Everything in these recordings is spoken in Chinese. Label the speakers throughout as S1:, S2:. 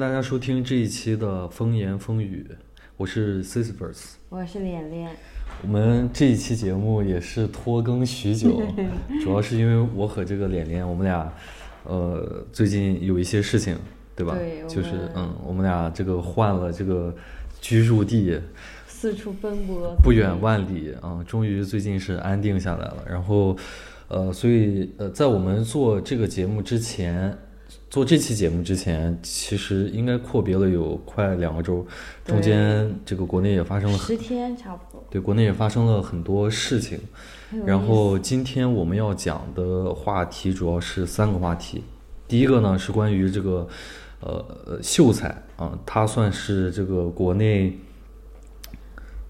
S1: 大家收听这一期的《风言风语》，我是 Sisverse。
S2: 我是脸脸，
S1: 我们这一期节目也是拖更许 久，主要是因为我和这个脸脸，我们俩，呃，最近有一些事情，对吧？
S2: 对我
S1: 就是
S2: 们
S1: 嗯，我们俩这个换了这个居住地，
S2: 四处奔波，
S1: 不远万里啊、终于最近是安定下来了。然后，呃，所以呃，在我们做这个节目之前，做这期节目之前，其实应该阔别了有快两个周，中间这个国内也发生了很
S2: 十天差不多。
S1: 对，国内也发生了很多事情。
S2: 很有
S1: 然
S2: 意
S1: 后今天我们要讲的话题主要是三个话题，第一个呢是关于这个，呃，呃秀才啊、它算是这个国内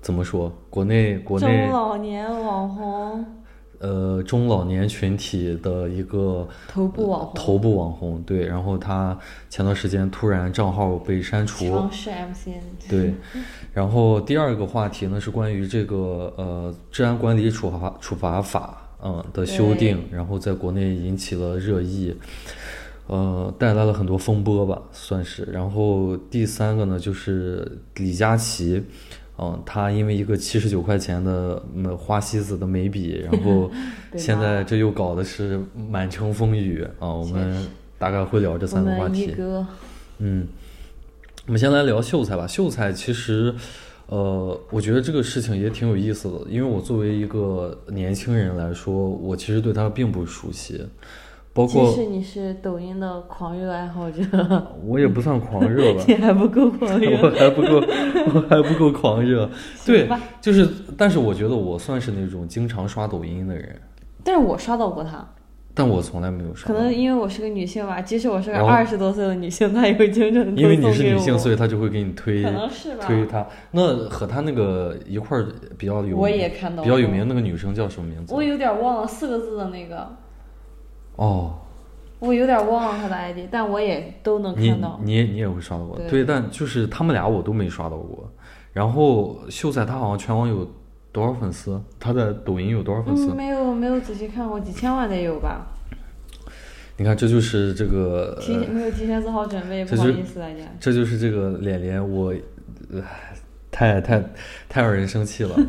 S1: 怎么说？国内国内
S2: 中老年网红，
S1: 呃中老年群体的一个
S2: 头部网红，
S1: 头部网红，对。然后他前段时间突然账号被删除，
S2: 尝试 MCN，
S1: 对，然后第二个话题呢是关于这个呃治安管理处罚处罚法嗯的修订，然后在国内引起了热议，呃带来了很多风波吧算是。然后第三个呢就是李佳琦，嗯、他因为一个七十九块钱的嗯花西子的眉 笔，然后
S2: 被
S1: 现
S2: 骂
S1: 在这又搞的是满城风雨啊、我
S2: 确
S1: 们
S2: 实
S1: 大概会聊这
S2: 我
S1: 三个话
S2: 们
S1: 题。
S2: 一哥，
S1: 嗯，我们先来聊秀才吧。秀才其实，呃，我觉得这个事情也挺有意思的，因为我作为一个年轻人来说，我其实对他并不熟悉，包
S2: 即
S1: 括
S2: 使你是抖音的狂热爱好者，
S1: 我也不算狂热吧，
S2: 你还不够 狂热。
S1: 我还不够，我还不够狂热。对
S2: 行吧，
S1: 就是，但是我觉得我算是那种经常刷抖音的人，
S2: 但是我刷到过他，
S1: 但我从来没有刷
S2: 可
S1: 到。
S2: 能因为我是个女性吧，即使我是个
S1: 然后
S2: 二十多岁的女性，她也会经常
S1: 因为你是女性，
S2: 以
S1: 所以他就会给你推
S2: 可能是吧
S1: 推他。那和他那个一块儿比较有名，
S2: 我也看到
S1: 比较有
S2: 过
S1: 名的那个女生叫什么名字
S2: 我？有点忘了四个字的那个，
S1: 哦，
S2: 我有点忘了他的 ID，但我也都能
S1: 你
S2: 看到。
S1: 你也你也会刷到过，
S2: 对
S1: 对，但就是他们俩我都没刷到过。然后秀才他好像全网有多少粉丝？他在抖音有多少粉丝？
S2: 嗯，没有没有仔细看过，几千万得有吧？
S1: 你看，这就是这个，呃
S2: 提前没有提前做好准备，
S1: 这
S2: 不好
S1: 就
S2: 意思大家。
S1: 这就是这个脸脸，我唉太太太让人生气了。啊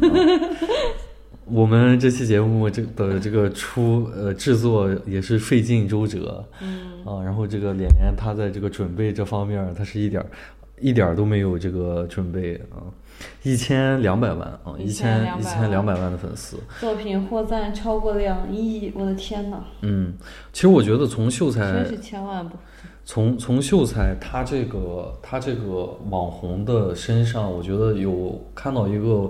S1: 我们这期节目这的这个出呃制作也是费尽周折，
S2: 嗯，
S1: 啊，然后这个脸脸他在这个准备这方面儿，他是一点儿一点儿都没有这个准备啊，一千两百万啊，一千一千两百万的粉丝，
S2: 作品获赞超过两亿，我的天呐，
S1: 嗯，其实我觉得从秀才
S2: 真是千万不。
S1: 从从秀才他这个他这个网红的身上，我觉得有看到一个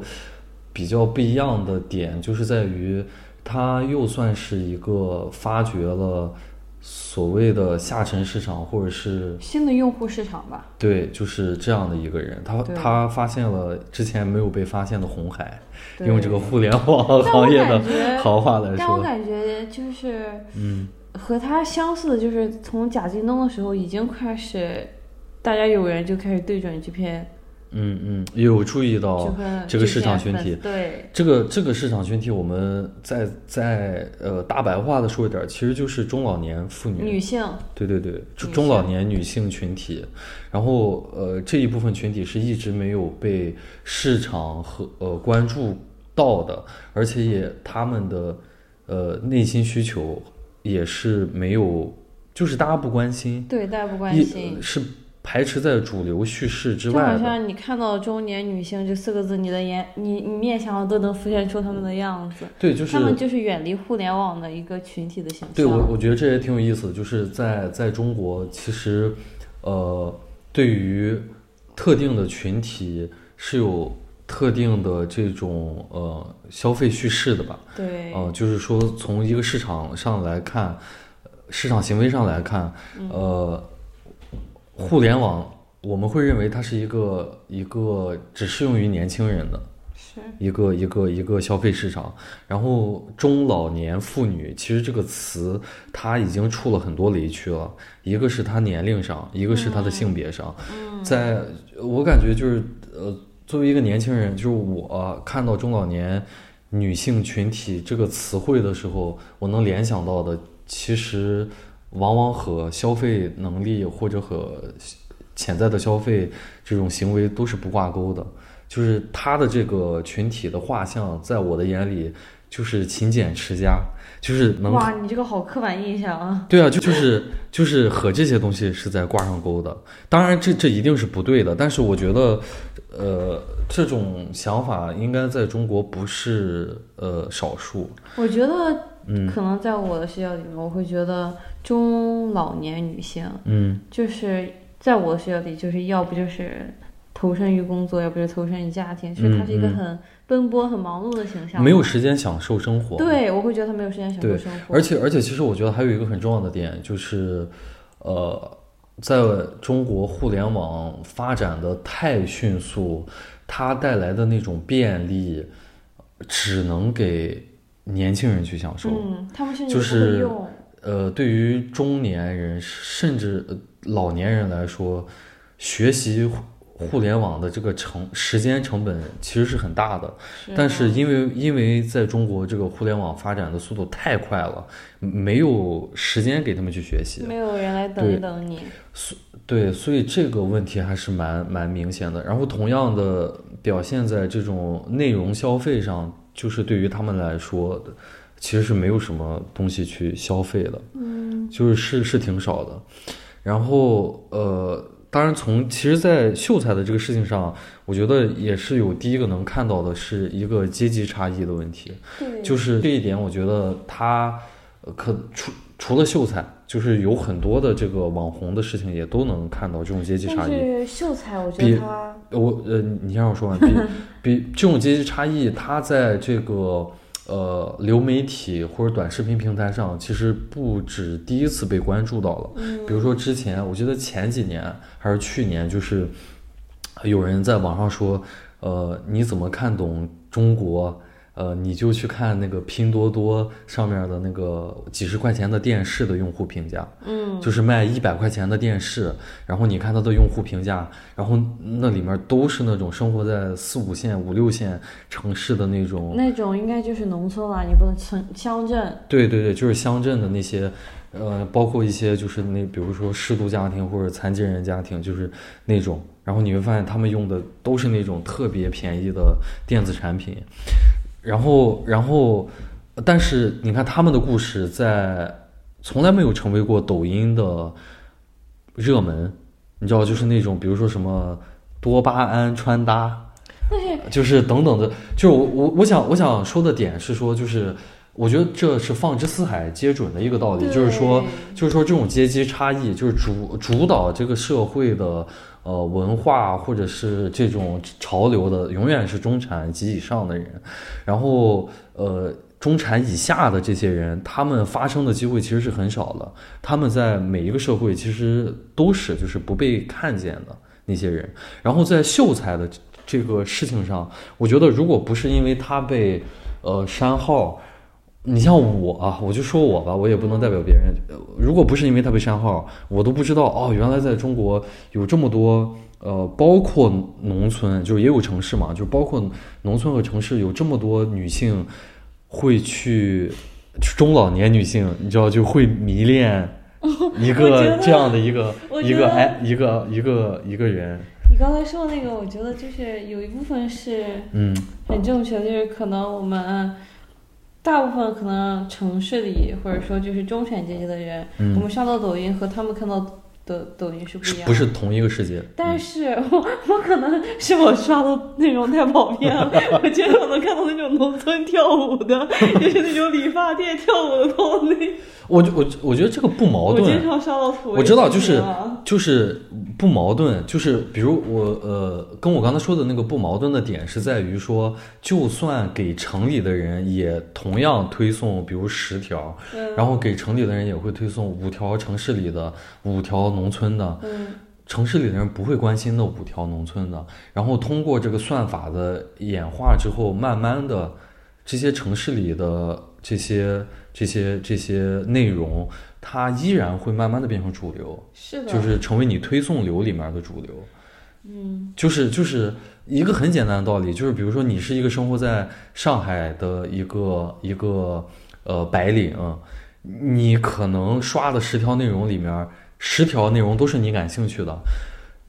S1: 比较不一样的点，就是在于他又算是一个发掘了所谓的下沉市场或者是
S2: 新的用户市场吧，
S1: 对，就是这样的一个人，他
S2: 对
S1: 他发现了之前没有被发现的红海，
S2: 对
S1: 用这个互联网
S2: 但我
S1: 行业的
S2: 感觉
S1: 行话来
S2: 但我
S1: 说，
S2: 感觉就是
S1: 嗯，
S2: 和他相似的，就是从贾静东的时候已经开始，大家有人就开始对准这片，
S1: 嗯嗯，有注意
S2: 这
S1: 到
S2: 份
S1: 这个
S2: 片
S1: 市场群
S2: 粉
S1: 体。
S2: 对，
S1: 这个这个市场群体，我们再再呃大白话的说一点儿，其实就是中老年妇女，
S2: 女性，
S1: 对对对，中
S2: 女
S1: 中老
S2: 性
S1: 年女性群体，然后呃这一部分群体是一直没有被市场和呃关注到的，而且也他们的呃内心需求也是没有，就是大家不关心，
S2: 对，大家不关
S1: 一
S2: 心
S1: 呃。是排斥在主流叙事之
S2: 就好
S1: 外的。
S2: 像你看到“中年女性”这四个字，你的眼、你你面前上都能浮现出她们的样子。
S1: 对，就是
S2: 她们就是远离互联网的一个群体的形象。
S1: 对我，我觉得这也挺有意思的，就是在在中国，其实，呃，对于特定的群体是有特定的这种呃消费叙事的吧，
S2: 对，
S1: 呃，就是说从一个市场上来看，呃市场行为上来看，
S2: 嗯
S1: 呃，互联网我们会认为它是一个一个只适用于年轻人的，
S2: 是
S1: 一个一个一个消费市场，然后中老年妇女其实这个词它已经触了很多雷区了，一个是她年龄上，一个是她的性别上，在我感觉就是呃，作为一个年轻人，就是我、看到中老年女性群体这个词汇的时候，我能联想到的其实往往和消费能力或者和潜在的消费这种行为都是不挂钩的。就是他的这个群体的画像，在我的眼里就是勤俭持家，就是能
S2: 哇，你这个好刻板印象啊！
S1: 对啊，就就是就是和这些东西是在挂上钩的。当然这，这一定是不对的。但是我觉得，呃，这种想法应该在中国不是呃少数。
S2: 我觉得，
S1: 嗯
S2: 可能在我的视角里面，我会觉得中老年女性
S1: 嗯
S2: 就是在我的视角里，就是要不就是投身于工作，要不就投身于家庭，所以她是一个
S1: 嗯
S2: 很奔波、很忙碌的形象。
S1: 没有时间享受生活。
S2: 对，我会觉得她没有时间享受
S1: 对
S2: 生活。
S1: 而且而且，其实我觉得还有一个很重要的点就是，呃，在中国互联网发展的太迅速，它带来的那种便利，只能给年轻人去享受。
S2: 嗯，他们甚至
S1: 就
S2: 不会
S1: 是
S2: 用。
S1: 呃，对于中年人甚至呃老年人来说，学习互互联网的这个成时间成本其实是很大的。但是因为因为在中国这个互联网发展的速度太快了，嗯没有时间给他们去学习，
S2: 没有人来等一等你。
S1: 对，所以这个问题还是蛮蛮明显的。然后同样的表现在这种内容消费上，就是对于他们来说，其实是没有什么东西去消费的，嗯，就是是是挺少的。然后呃，当然从其实，在秀才的这个事情上，我觉得也是有第一个能看到的是一个阶级差异的问题。
S2: 对，
S1: 就是这一点，我觉得他呃可除除了秀才，就是有很多的这个网红的事情也都能看到这种阶级差
S2: 但
S1: 异。
S2: 是秀才，我觉
S1: 比
S2: 得他
S1: 我呃，你先让我说 完。比比这种阶级差异，它在这个呃流媒体或者短视频平台上，其实不止第一次被关注到了。
S2: 嗯
S1: 比如说之前，我记得前几年还是去年，就是有人在网上说，呃，你怎么看懂中国？呃，你就去看那个拼多多上面的那个几十块钱的电视的用户评价，
S2: 嗯，
S1: 就是卖一百块钱的电视，然后你看它的用户评价，然后那里面都是那种生活在四五线、五六线城市的那种，
S2: 那种应该就是农村啦，你不能城乡镇。
S1: 对对对，就是乡镇的那些，呃，包括一些就是那比如说失独家庭或者残疾人家庭，就是那种，然后你会发现他们用的都是那种特别便宜的电子产品，然后然后，但是你看他们的故事在从来没有成为过抖音的热门，你知道，就是那种比如说什么多巴胺穿搭。
S2: 但是
S1: 就是等等的，就是我我我想我想说的点是说，就是我觉得这是放之四海皆准的一个道理，
S2: 对
S1: 就是说就是说这种阶级差异，就是主主导这个社会的呃文化或者是这种潮流的，永远是中产及以上的人，然后呃。中产以下的这些人，他们发声的机会其实是很少的。他们在每一个社会其实都是就是不被看见的那些人。然后在秀才的这这个事情上，我觉得如果不是因为他被呃删号，你像我啊，我就说我吧，我也不能代表别人。呃如果不是因为他被删号，我都不知道哦，原来在中国有这么多。呃，包括农村，就是也有城市嘛，就是包括农村和城市有这么多女性会去中老年女性，你知道就会迷恋一
S2: 我觉
S1: 个
S2: 得
S1: 这样的一个
S2: 我
S1: 一
S2: 觉
S1: 个
S2: 得
S1: 哎一个一个一个人，
S2: 你刚才说的那个，我觉得就是有一部分是
S1: 嗯
S2: 很正确的，就是可能我们大部分可能城市里或者说就是中产阶级的人，我
S1: 嗯，
S2: 们刷到抖音和他们看到的抖音是不
S1: 是
S2: 一样
S1: 不
S2: 的。
S1: 是同一个世界？嗯
S2: 但是我我可能是我刷的内容太跑偏了，我经常能看到那种农村跳舞的，就是那种理发店跳舞的头那，
S1: 我就我我觉得这个不矛
S2: 我经
S1: 盾，
S2: 常刷到土味
S1: 我知道
S2: 视
S1: 就
S2: 频
S1: 是
S2: 啊
S1: 就是不矛盾，就是比如我呃，跟我刚才说的那个不矛盾的点是在于说，就算给城里的人也同样推送，比如十条，
S2: 嗯
S1: 然后给城里的人也会推送五条城市里的，五条农村的，
S2: 嗯
S1: 城市里的人不会关心那五条农村的，然后通过这个算法的演化之后，慢慢的，这些城市里的这些这些这些内容，它依然会慢慢的变成主流，
S2: 是的，
S1: 就是成为你推送流里面的主流。
S2: 嗯
S1: 就是就是一个很简单的道理，就是比如说你是一个生活在上海的一个一个呃白领，你可能刷的十条内容里面，十条内容都是你感兴趣的，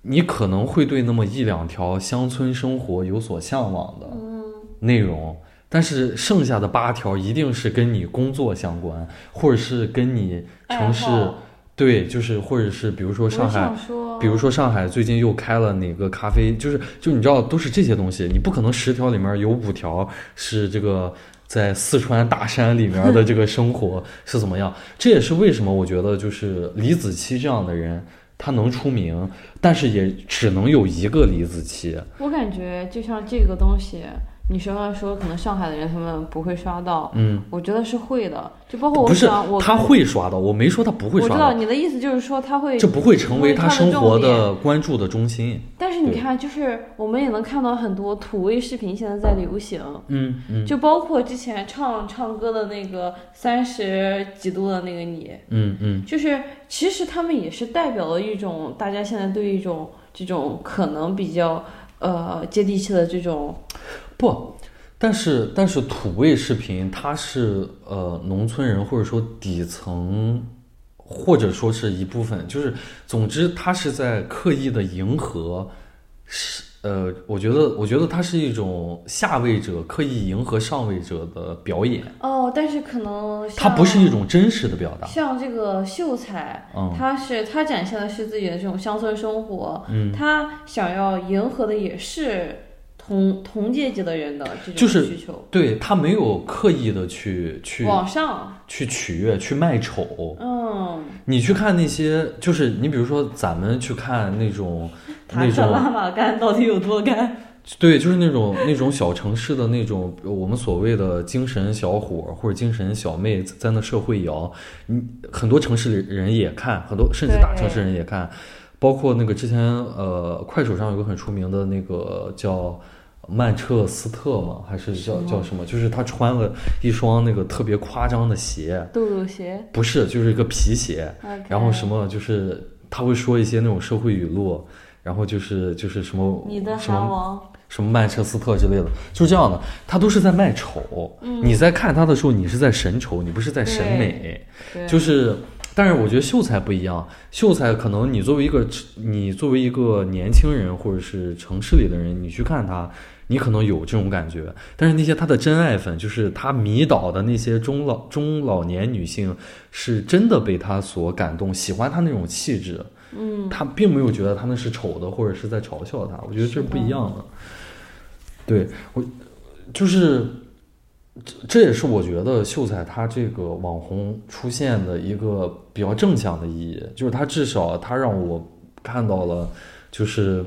S1: 你可能会对那么一两条乡村生活有所向往的
S2: 嗯
S1: 内容，但是剩下的八条一定是跟你工作相关，或者是跟你城市
S2: 哎爱好
S1: 对，就是或者是比如说上海
S2: 我想，说
S1: 比如说上海最近又开了哪个咖啡，就是就你知道都是这些东西，你不可能十条里面有五条是这个在四川大山里面的这个生活 是怎么样。这也是为什么我觉得就是李子柒这样的人，他能出名，但是也只能有一个李子柒。
S2: 我感觉就像这个东西，你刚刚说可能上海的人他们不会刷到，
S1: 嗯，
S2: 我觉得是会的，就包括我
S1: 不是
S2: 想我
S1: 他会刷到，我没说他不会
S2: 我
S1: 刷
S2: 知道
S1: 到，
S2: 你的意思就是说他会
S1: 这不会成为他生活
S2: 成为他的
S1: 的关注的中心。
S2: 但是你
S1: 对
S2: 看，就是我们也能看到很多土味视频现在在流行，
S1: 嗯嗯
S2: 就包括之前唱唱歌的那个三十几度的那个你，
S1: 嗯嗯，
S2: 就是其实他们也是代表了一种大家现在对一种这种可能比较呃接地气的这种
S1: 不，但是但是土味视频它是呃农村人或者说底层，或者说是一部分，就是总之它是在刻意的迎合，是呃，我觉得我觉得它是一种下位者刻意迎合上位者的表演，
S2: 哦，但是可能
S1: 嗯它
S2: 像
S1: 不是一种真实的表达。
S2: 像这个秀才，
S1: 嗯
S2: 他是他展现的是自己的这种乡村生活，
S1: 嗯
S2: 他想要迎合的也是同同阶级的人的这种
S1: 就是
S2: 需求，
S1: 对他没有刻意的去去
S2: 往上，
S1: 去取悦、去卖丑。
S2: 嗯，
S1: 你去看那些，就是你比如说咱们去看那种
S2: 塔
S1: 那
S2: 克
S1: 种
S2: 拉玛干到底有多 干？
S1: 对，就是那种那种小城市的那种我们所谓的精神小伙儿或者精神小妹在那社会摇，你很多城市里人也看，很多甚至大城市人也看，包括那个之前呃快手上有个很出名的那个叫。曼彻斯特嘛，还是叫叫什么？就是他穿了一双那个特别夸张的鞋，
S2: 豆豆鞋，
S1: 不是，就是一个皮鞋，然后什
S2: 么？
S1: 么就是他会说一些那种社会语录，然后就是就是什么
S2: 你的
S1: 什么
S2: 韩王，
S1: 什么曼彻斯特之类的，就是这样的，他都是在卖丑。你在看他的时候，你是在审丑，你不是在审美。
S2: 对
S1: 就是，但是我觉得秀才不一样，秀才可能你作为一个你作为一个年轻人或者是城市里的人，你去看他。你可能有这种感觉，但是那些他的真爱粉，就是他迷倒的那些中老中老年女性，是真的被他所感动，喜欢他那种气质。嗯，他并没有觉得他那是丑的，或者是在嘲笑他。我觉得这是不一样的。对我，就是这这也是我觉得秀才他这个网红出现的一个比较正向的意义，就是他至少他让我看到了，就是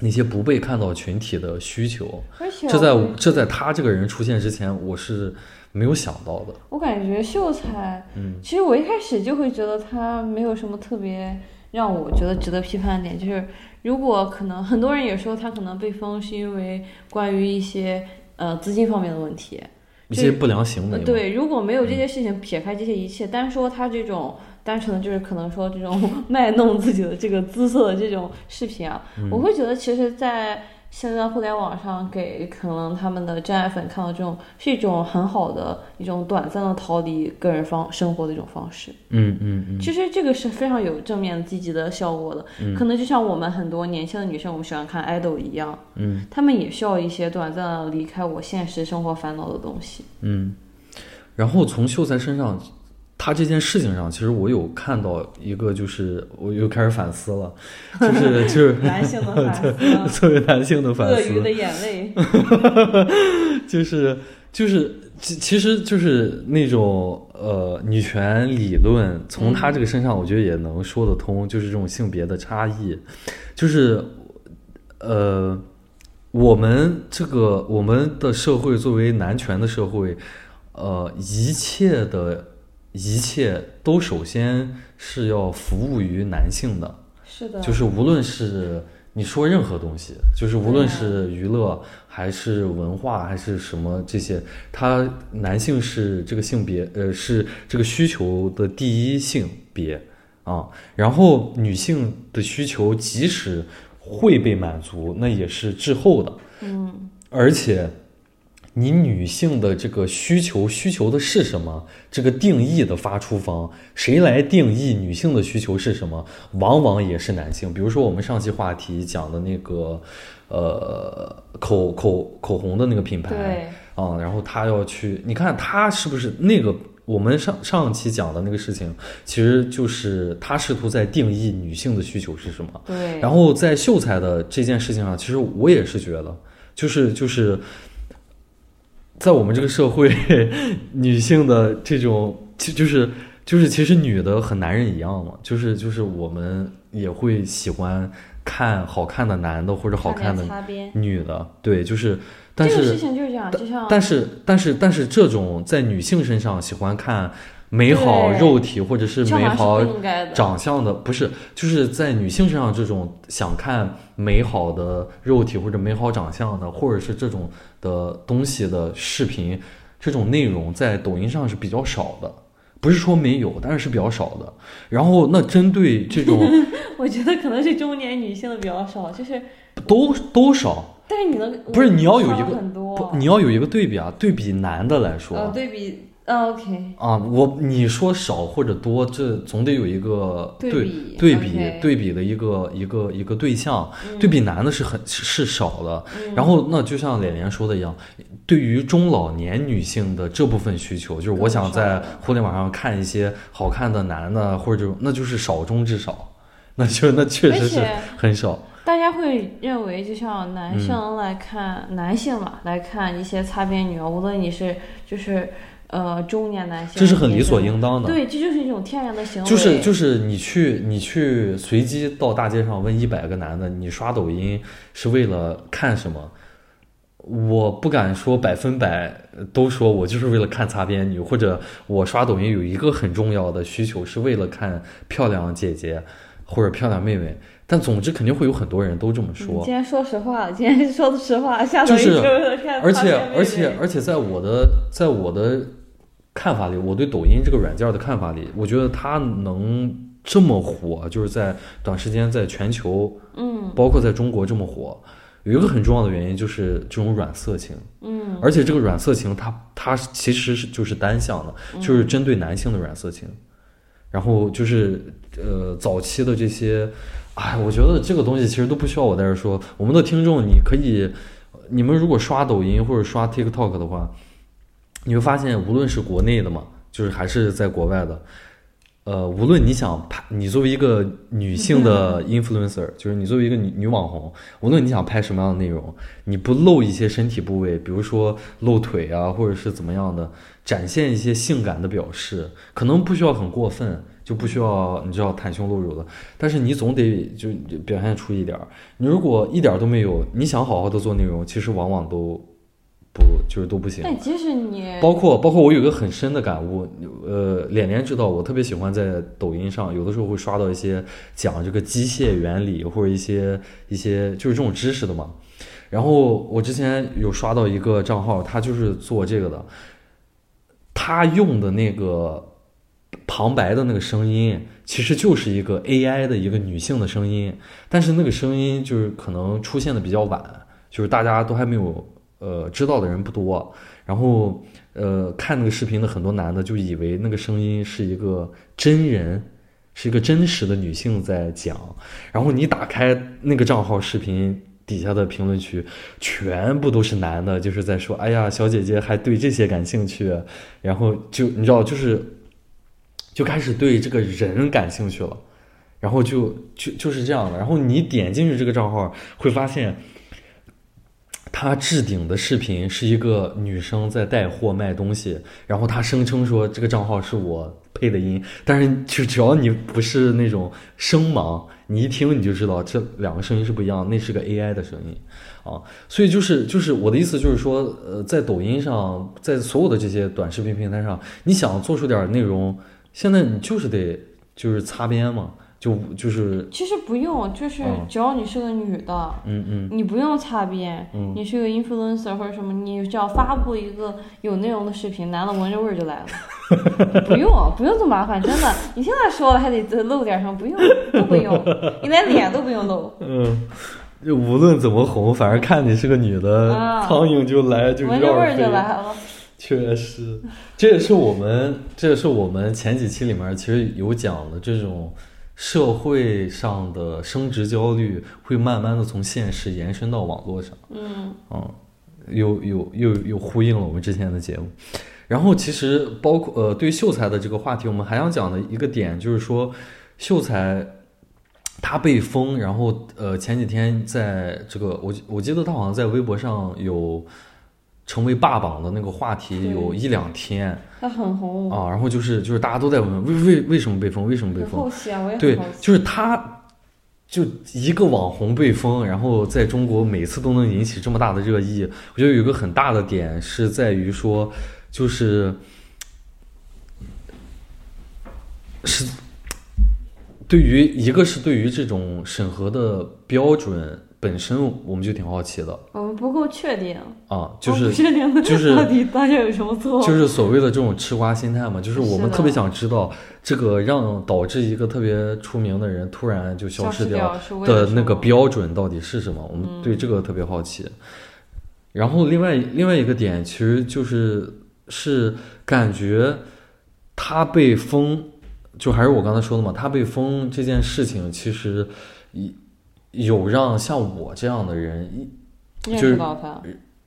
S1: 那些不被看到群体的需求。
S2: 而且
S1: 这在
S2: 我
S1: 这在他这个人出现之前，我是没有想到的。
S2: 我感觉秀才，
S1: 嗯
S2: 其实我一开始就会觉得他没有什么特别让我觉得值得批判的点，就是如果可能，很多人也说他可能被封是因为关于一些呃资金方面的问题，
S1: 一些不良行为
S2: 呃
S1: 嘛，
S2: 对，如果没
S1: 嗯
S2: 有这些事情，撇开这些一切，单说他这种单纯的就是可能说这种 卖弄自己的这个姿色的这种视频啊，
S1: 嗯
S2: 我会觉得其实，在现在互联网上给可能他们的真爱粉看到这种是一种很好的一种短暂的逃离个人方生活的一种方式。
S1: 嗯嗯嗯，
S2: 其实这个是非常有正面积极的效果的，可能就像我们很多年轻的女生，我们喜欢看 idol 一样，
S1: 嗯，
S2: 她们也需要一些短暂的离开我现实生活烦恼的东西。
S1: 嗯，然后从秀才身上，他这件事情上，其实我有看到一个，就是我又开始反思了，就是就是
S2: 男性的反思，
S1: 作为男性的反
S2: 鳄鱼
S1: 思，
S2: 的眼泪，
S1: 就是就是其其实就是那种呃女权理论，从他这个身上，我觉得也能说得通，就是这种性别的差异，就是呃。我们这个我们的社会作为男权的社会，呃，一切的一切都首先是要服务于男性的，
S2: 是的，
S1: 就是无论是你说任何东西，就是无论
S2: 对啊
S1: 是娱乐还是文化还是什么这些，它男性是这个性别，呃，是这个需求的第一性别啊。然后女性的需求即使会被满足，那也是滞后的。
S2: 嗯，
S1: 而且你女性的这个需求，需求的是什么？这个定义的发出方，谁来定义女性的需求是什么？往往也是男性。比如说我们上期话题讲的那个，呃，口口口红的那个品牌，
S2: 对，
S1: 啊、然后他要去，你看他是不是那个？我们上上期讲的那个事情，其实就是他试图在定义女性的需求是什么。
S2: 对，
S1: 然后在秀才的这件事情上，其实我也是觉得，就是就是，在我们这个社会， 女性的这种，其就是就是，其实女的和男人一样嘛，就是就是我们也会喜欢看好看的男的或者好看的
S2: 擦边，
S1: 女的，对，就是，但
S2: 这个事
S1: 是
S2: 情就是这样，就像
S1: 但是但是但是这种在女性身上喜欢看美好
S2: 对
S1: 肉体或者是
S2: 像
S1: 美
S2: 马是
S1: 好
S2: 不应该的，
S1: 长相的不是，就是在女性身上这种想看美好的肉体或者美好长相的，或者是这种的东西的视频，这种内容在抖音上是比较少的。不是说没有，但是是比较少的。然后那针对这 种
S2: 我觉得可能是中年女性的比较少，就是，
S1: 都都少，
S2: 但是你能
S1: 不是
S2: 我
S1: 你要有一
S2: 看了
S1: 个
S2: 很多
S1: 不，，你要有一个对比啊，对比男的来说，
S2: 呃，对比呃，OK，
S1: 啊，我你说少或者多，这总得有一个
S2: 对
S1: 对
S2: 比
S1: 对比
S2: OK
S1: 对比的一个一个一个对象，
S2: 嗯
S1: 对嗯比男的是很是是少的。然后那就像脸脸说的一样，对于中老年女性的这部分需求，就是我
S2: 更
S1: 想
S2: 少
S1: 在
S2: 了
S1: 互联网上看一些好看的男的，或者那就是少中之少，那就那确
S2: 而
S1: 实是
S2: 且
S1: 很少。
S2: 大家会认为，就像男生来看、男性嘛，来看一些擦边女啊，无论你是就是呃中年男性，
S1: 这是很
S2: 也
S1: 理所应当的，
S2: 对，这就是一种天然的行为，
S1: 就是就是你去你去随机到大街上问一百个男的，你刷抖音是为了看什么？我不敢说百分百都说我就是为了看擦边女，或者我刷抖音有一个很重要的需求是为了看漂亮姐姐或者漂亮妹妹。但总之肯定会有很多人都这么
S2: 嗯
S1: 说，
S2: 今天说实话，今天说的实话，下抖
S1: 就
S2: 音
S1: 是
S2: 为了看
S1: 而
S2: 擦
S1: 且
S2: 边妹
S1: 而且
S2: 妹
S1: 而且在我的在我的看法里，我对抖音这个软件的看法里，我觉得它能这么火，就是在短时间在全球，
S2: 嗯
S1: 包括在中国这么火，有一个很重要的原因就是这种软色情，
S2: 嗯，
S1: 而且这个软色情它它其实是就是单向的，
S2: 嗯
S1: 就是针对男性的软色情，然后就是呃早期的这些，哎，我觉得这个东西其实都不需要我在这儿说，我们的听众你可以，你们如果刷抖音或者刷 TikTok 的话，你会发现无论是国内的嘛，就是还是在国外的。呃，无论你想拍，你作为一个女性的 influencer，就是你作为一个女女网红，无论你想拍什么样的内容，你不露一些身体部位，比如说露腿啊，或者是怎么样的，展现一些性感的表示，可能不需要很过分，就不需要你知道袒胸露乳的，但是你总得就表现出一点儿。你如果一点儿都没有，你想好好的做内容，其实往往都不就是都不行。
S2: 但即使你
S1: 包括包括我有一个很深的感悟，呃，脸脸知道我特别喜欢在抖音上，有的时候会刷到一些讲这个机械原理或者一些一些就是这种知识的嘛。然后我之前有刷到一个账号，他就是做这个的，他用的那个旁白的那个声音，其实就是一个 AI 的一个女性的声音，但是那个声音就是可能出现的比较晚，就是大家都还没有呃知道的人不多，然后呃看那个视频的很多男的就以为那个声音是一个真人。是一个真实的女性在讲，然后你打开那个账号视频底下的评论区，全部都是男的，就是在说：“哎呀，小姐姐还对这些感兴趣。”然后就你知道，就是就开始对这个人感兴趣了，然后就就就是这样的。然后你点进去这个账号，会发现他置顶的视频是一个女生在带货卖东西，然后她声称说这个账号是我配的音，但是就只要你不是那种声盲，你一听你就知道这两个声音是不一样，那是个 AI 的声音啊。所以就是就是我的意思就是说，呃，在抖音上，在所有的这些短视频平台上，你想做出点内容，现在你就是得就是擦边嘛，就就是
S2: 其实不用，就是
S1: 嗯
S2: 只要你是个女的，
S1: 嗯嗯。
S2: 你不用擦边，你是个 influencer 或者什么，你只要发布一个有内容的视频，男的闻着味儿就来了。不用，不用这么麻烦，真的。你现在说了还得再露点什么，不用，都不用，你连脸都不用露。
S1: 嗯就无论怎么红，反正看你是个女的，
S2: 啊
S1: 苍蝇就来 就
S2: 闻着
S1: 绕
S2: 味
S1: 着
S2: 儿
S1: 飞
S2: 就。来了。
S1: 确实，这也是我们，这也是我们前几期里面其实有讲的这种社会上的升职焦虑，会慢慢的从现实延伸到网络上。
S2: 嗯
S1: 嗯，又又又又呼应了我们之前的节目。然后其实包括呃，对于秀才的这个话题，我们还想讲的一个点就是说，秀才他被封，然后呃前几天在这个我记我记得他好像在微博上有成为霸榜的那个话题
S2: 对嗯
S1: 有一两天
S2: 他很红，
S1: 啊，然后就是就是大家都在问为为为什么被封，为什嗯么被
S2: 很
S1: 封？
S2: 后期啊，我也
S1: 对
S2: 很好，奇。
S1: 就是他，就一个网红被封，然后在中国每次都能引起这么大的热议。我觉得有一个很大的点是在于说，就是是对于一个是对于这种审核的标准本身，我们就挺好奇的
S2: 我们不够确定，
S1: 啊，就
S2: 我
S1: 是
S2: 不确定的
S1: 就是
S2: 到底大家有什么错。
S1: 就是所谓的这种吃瓜心态嘛，就是我
S2: 是
S1: 们
S2: 的
S1: 特别想知道这个让导致一个特别出名的人突然就消
S2: 消
S1: 失
S2: 失
S1: 掉
S2: 是为了
S1: 的嗯
S2: 什
S1: 那个
S2: 么
S1: 标准到底是什么，我们对这个特别好奇。然后另外另外一个点，其实就是是感觉他被封，就还是我刚才说的嘛，他被封这件事情，其实一有让像我这样的人一
S2: 认
S1: 就是
S2: 识到他，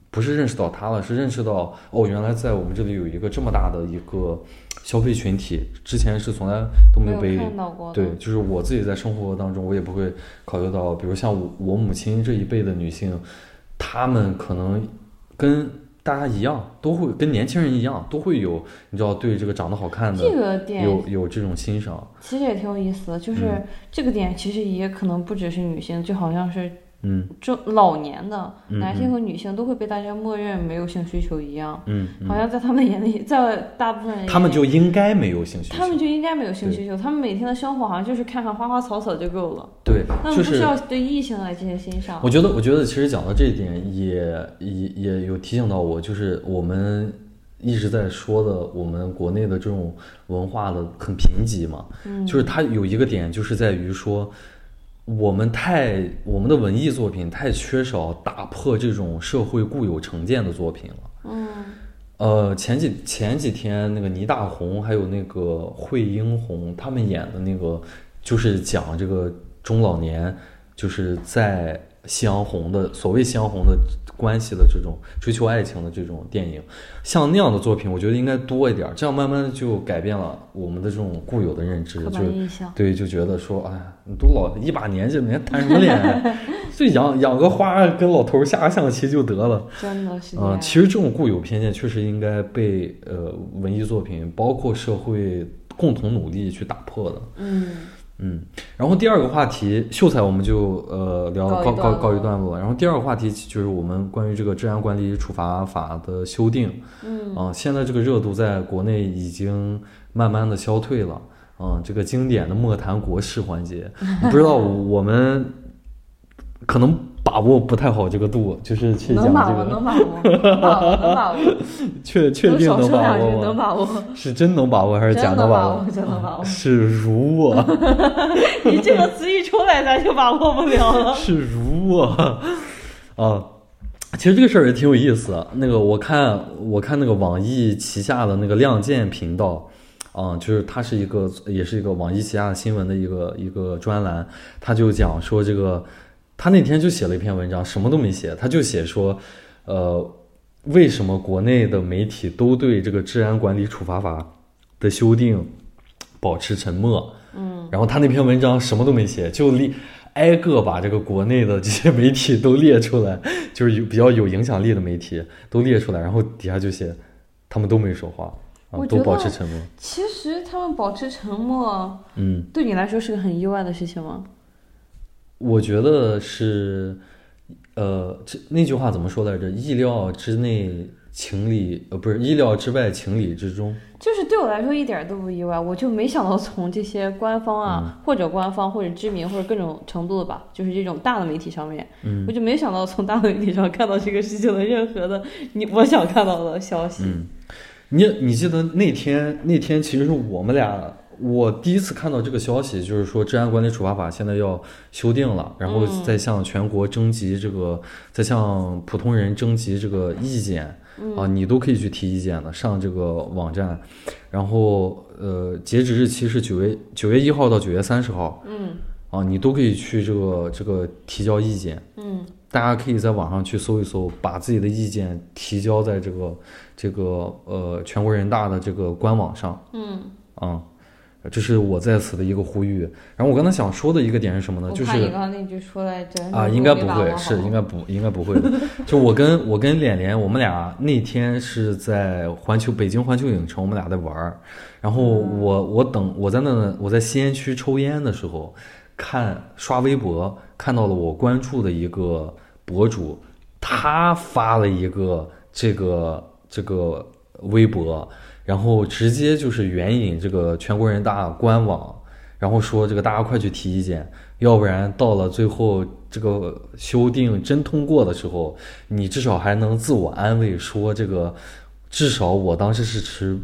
S1: 不是认识到他了，是认识到哦，原来在我们这里有一个这么大的一个消费群体，之前是从来都没有
S2: 没
S1: 被
S2: 有看到过的。
S1: 对，就是我自己在生活当中，我也不会考虑到，比如像我我母亲这一辈的女性，她们可能跟大家一样，都会跟年轻人一样，都会有你知道对这个长得好看
S2: 这
S1: 的
S2: 个点
S1: 有有这种欣赏，
S2: 其实也挺有意思的，就是
S1: 嗯
S2: 这个点其实也可能不只是女性，就好像是
S1: 嗯
S2: 中老年的
S1: 嗯
S2: 男性和女性都会被大家默认没有性需求一样，
S1: 嗯
S2: 好
S1: 嗯，
S2: 像在他们眼里，在大部分人眼里
S1: 他们就应该没有兴趣，
S2: 他们就应该没有性需求，他们每天的生活好像就是看看花花草草就够了，
S1: 对，
S2: 他们
S1: 就
S2: 不
S1: 是
S2: 需要对异性来进行欣赏
S1: 我。觉得，我觉得其实讲到这一点也，也也有提醒到我，就是我们一直在说的，我们国内的这种文化的很贫瘠嘛，
S2: 嗯，
S1: 就是它有一个点，就是在于说，我们太我们的文艺作品太缺少打破这种社会固有成见的作品了。
S2: 嗯
S1: 呃，前几前几天那个倪大红还有那个惠英红，他们演的那个就是讲这个中老年就是在夕阳红的所谓夕阳红的关系的这种追求爱情的这种电影，像那样的作品，我觉得应该多一点儿，这样慢慢地就改变了我们的这种固有的认知，就
S2: 刻板印象。
S1: 对，就觉得说，哎呀，你都老一把年纪了，你还谈什么恋 爱？就养养个花，跟老头儿下下象棋就得了。
S2: 真的是这
S1: 啊、
S2: 样。
S1: 其实这种固有偏见确实应该被呃文艺作品，包括社会共同努力去打破的。
S2: 嗯，
S1: 嗯，然后第二个话题，秀才我们就呃聊
S2: 告一
S1: 告告
S2: 段
S1: 告一
S2: 落
S1: 段落。然后第二个话题就是我们关于这个治安管理处罚法的修订。
S2: 嗯
S1: 啊、现在这个热度在国内已经慢慢的消退了。嗯，这个经典的莫谈国事环节， 你不知道我们可能把握不太好这个度，就是去讲
S2: 能把
S1: 这
S2: 握，
S1: 个
S2: 能把握，能把握，能 把握，
S1: 确确定
S2: 能少
S1: 能
S2: 说
S1: 把
S2: 两句，
S1: 握
S2: 能
S1: 吗？
S2: 把握，
S1: 是真能把握还是假
S2: 真能
S1: 把
S2: 握，真能把握。
S1: 是如我，
S2: 你这个词一出来，咱就把握不了了。
S1: 是如我啊。其实这个事儿也挺有意思。啊那个我看我看那个网易旗下的那个《亮剑》频道，啊、就是它是一个也是一个网易旗下新闻的一个一个专栏，他就讲说这个，他那天就写了一篇文章，什么都没写，他就写说，呃，为什么国内的媒体都对这个治安管理处罚法的修订保持沉默？
S2: 嗯，
S1: 然后他那篇文章什么都没写，就列挨个把这个国内的这些媒体都列出来，就是有比较有影响力的媒体都列出来，然后底下就写他们都没说话啊
S2: 我，觉
S1: 都
S2: 得
S1: 保持沉默。
S2: 其实他们保持沉默，
S1: 嗯，
S2: 对你来说是个很意外的事情吗？
S1: 我觉得是，呃，这那句话怎么说来着？意料之内，情理呃，不是意料之外，情理之中。
S2: 就是对我来说一点儿都不意外，我就没想到从这些官方啊，或者官方或者知名或者各种程度的吧，就是这种大的媒体上面，
S1: 嗯
S2: 我就没想到从大的媒体上看到这个事情的任何的你我想看到的消息。
S1: 嗯，你你记得那天那天其实是我们俩我第一次看到这个消息，就是说《治安管理处罚法》现在要修订了，然后再向全国征集这个，再向普通人征集这个意见、啊，你都可以去提意见的，上这个网站，然后呃，截止日期是九月九月一号到九月三十号
S2: 嗯
S1: 啊，你都可以去这个这个提交意见。
S2: 嗯
S1: 大家可以在网上去搜一搜，把自己的意见提交在这个这个呃全国人大的这个官网上
S2: 嗯，
S1: 啊、这是我在此的一个呼吁。然后我刚才想说的一个点是什么呢？
S2: 我
S1: 就
S2: 怕你
S1: 是
S2: 刚刚那句说来着
S1: 啊，应该不会，是应该不应该不会的。就我跟我跟脸脸，我们俩那天是在环球北京环球影城，我们俩在玩儿。然后我我等我在那我在吸烟区抽烟的时候，看刷微博看到了我关注的一个博主，他发了一个这个这个微博，然后直接就是援引这个全国人大官网，然后说这个大家快去提意见，要不然到了最后这个修订真通过的时候，你至少还能自我安慰说这个，至少我当时是持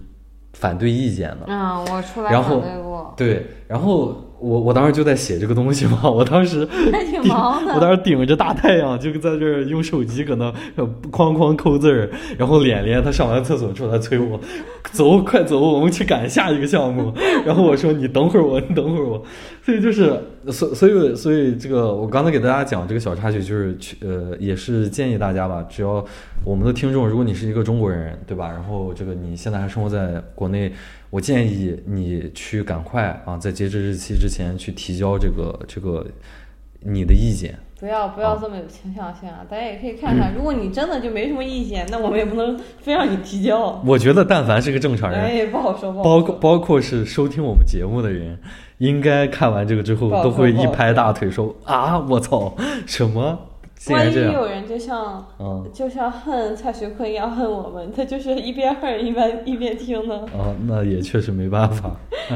S1: 反对意见的。
S2: 啊，我出来
S1: 然
S2: 反
S1: 后
S2: 对过，
S1: 对，然后我我当时就在写这个东西嘛，我当时
S2: 还挺
S1: 顶
S2: 忙
S1: 我
S2: 的。
S1: 当时顶着大太阳，就在这儿用手机搁那呃哐哐抠字儿，然后脸脸他上完厕所出来催我，走，快走，我们去赶下一个项目。 然后我说你等会儿我，你等会儿我。所以就是，所所以所以这个我刚才给大家讲这个小插曲，就是去呃也是建议大家吧，只要我们的听众，如果你是一个中国人，对吧？然后这个你现在还生活在国内，我建议你去赶快啊，在截止日期之前去提交这个这个你的意见。
S2: 不要不要这么有倾向性啊！大家也可以
S1: 嗯
S2: 看看，如果你真的就没什么意见，那我们也不能非让你提 交。
S1: 我觉得，但凡是个正常人，
S2: 哎，不好说，不好
S1: 包
S2: 说。
S1: 括包括是收听我们节目的人，应该看完这个之后
S2: 不好
S1: 都会
S2: 不好
S1: 一拍大腿说啊，我操，什么竟
S2: 万
S1: 然
S2: 一
S1: 这样
S2: 有人就像
S1: 啊
S2: 就像恨蔡徐坤一样恨我们，他就是一边恨一边一边听 呢，
S1: 啊，那也确实没办法。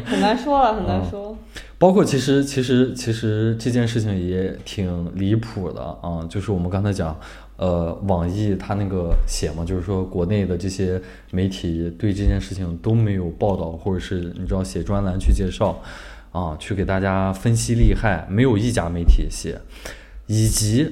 S2: 很难说了，
S1: 嗯
S2: 很难说。
S1: 包括其实其实其实这件事情也挺离谱的啊，就是我们刚才讲，呃，网易它那个写嘛，就是说国内的这些媒体对这件事情都没有报道，或者是你知道写专栏去介绍啊，去给大家分析利害，没有一家媒体写，以及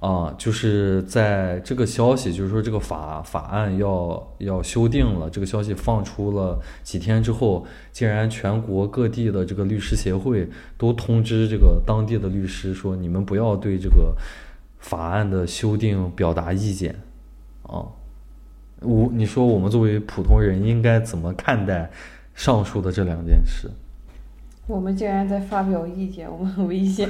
S1: 啊，就是在这个消息，就是说这个法法案要要修订了，这个消息放出了几天之后，竟然全国各地的这个律师协会都通知这个当地的律师说，你们不要对这个法案的修订表达意见，啊，我你说我们作为普通人啊应该怎么看待上述的这两件事？
S2: 我们竟然在发表意见，我们很危险。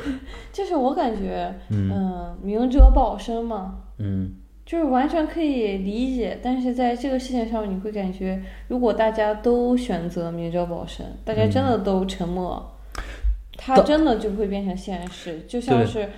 S2: 就是我感觉，嗯、明哲保身嘛，
S1: 嗯
S2: 就是完全可以理解。但是在这个事情上面，你会感觉，如果大家都选择明哲保身，大家真的都沉默，它
S1: 但
S2: 真的就会变成现实，
S1: 对
S2: 就像是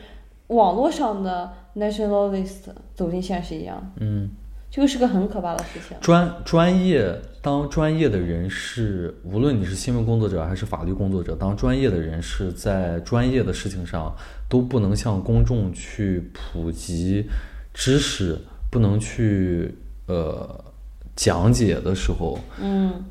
S2: 网络上的 nationalist 走进现实一样。
S1: 嗯。
S2: 这个是个很可怕的事情。
S1: 专专业当专业的人士，无论你是新闻工作者还是法律工作者，当专业的人士在专业的事情上都不能向公众去普及知识，不能去呃讲解的时候，
S2: 嗯，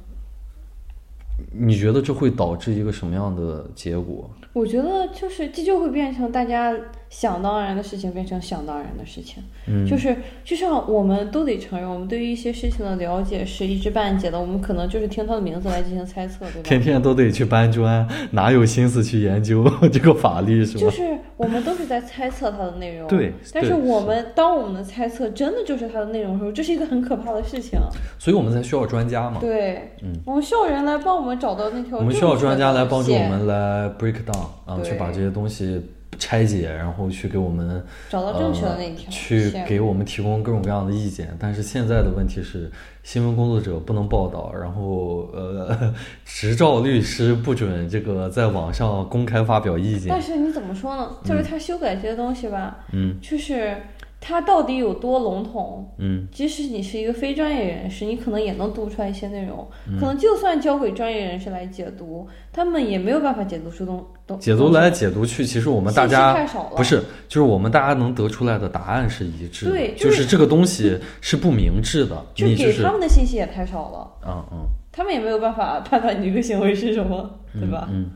S1: 你觉得这会导致一个什么样的结果？
S2: 我觉得就是这就会变成大家想当然的事情变成想当然的事情，
S1: 嗯
S2: 就是就像我们都得承认，我们对于一些事情的了解是一知半解的，我们可能就是听他的名字来进行猜测，对吧？
S1: 天天都得去搬砖，哪有心思去研究 这个法律是
S2: 就
S1: 吧？
S2: 是我们都是在猜测它的内容，
S1: 对
S2: 但是
S1: 对
S2: 我们当我们的猜测真的就是它的内容的时候，这是一个很可怕的事情。
S1: 所以我们才需要专家嘛，
S2: 对，
S1: 嗯
S2: 我们需要人来帮我们找到那条。
S1: 我们需要专家来帮助我
S2: 线
S1: 们来 break down 啊，
S2: 对
S1: 去把这些东西拆解，然后去给我们
S2: 找到正确的那一条
S1: 呃，去
S2: 线
S1: 给我们提供各种各样的意见。但是现在的问题是，新闻工作者不能报道，然后呃， 执照律师不准这个在网上公开发表意见
S2: 但。是你怎么说呢？就是他修改这些东西吧，
S1: 嗯
S2: 就是它到底有多笼统？
S1: 嗯
S2: 即使你是一个非专业人士，你可能也能读出来一些内容。
S1: 嗯
S2: 可能就算交给专业人士来解读，他们也没有办法解读出东东。
S1: 解读来解读去，其实我们大
S2: 信
S1: 家
S2: 息太少了
S1: 不是，就是我们大家能得出来的答案是一致的，
S2: 对
S1: 就
S2: 就是
S1: 这个东西是不明智的，
S2: 就
S1: 你就
S2: 给
S1: 是
S2: 他们的信息也太少了。
S1: 嗯嗯，
S2: 他们也没有办法判断你这个行为是什么，对吧？
S1: 嗯。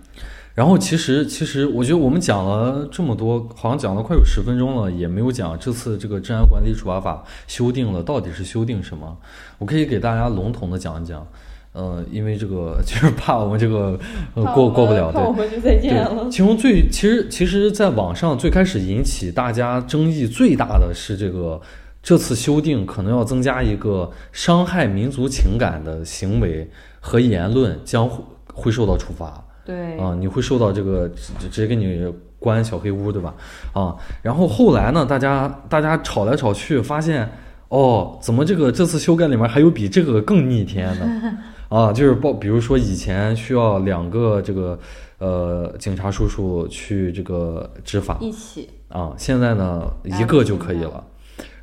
S1: 然后其实其实我觉得我们讲了这么多，好像讲了快有十分钟了，也没有讲这次这个治安管理处罚法修订了到底是修订什么。我可以给大家笼统的讲一讲，呃，因为这个 就是怕我们这个、呃、
S2: 怕
S1: 过
S2: 我
S1: 过不
S2: 们
S1: 了，
S2: 怕
S1: 对
S2: 我们就再见
S1: 对，
S2: 了。
S1: 其中最其实其实，在网上最开始引起大家争议最大的是这个这次修订可能要增加一个伤害民族情感的行为和言论将会会受到处罚。
S2: 对，
S1: 啊，你会受到这个直直直接给你关小黑屋，对吧？啊，然后后来呢，大家大家吵来吵去，发现哦，怎么这个这次修改里面还有比这个更逆天的 啊？就是报，比如说以前需要两个这个呃警察叔叔去这个执法
S2: 一起
S1: 啊，现在呢一个就可以了。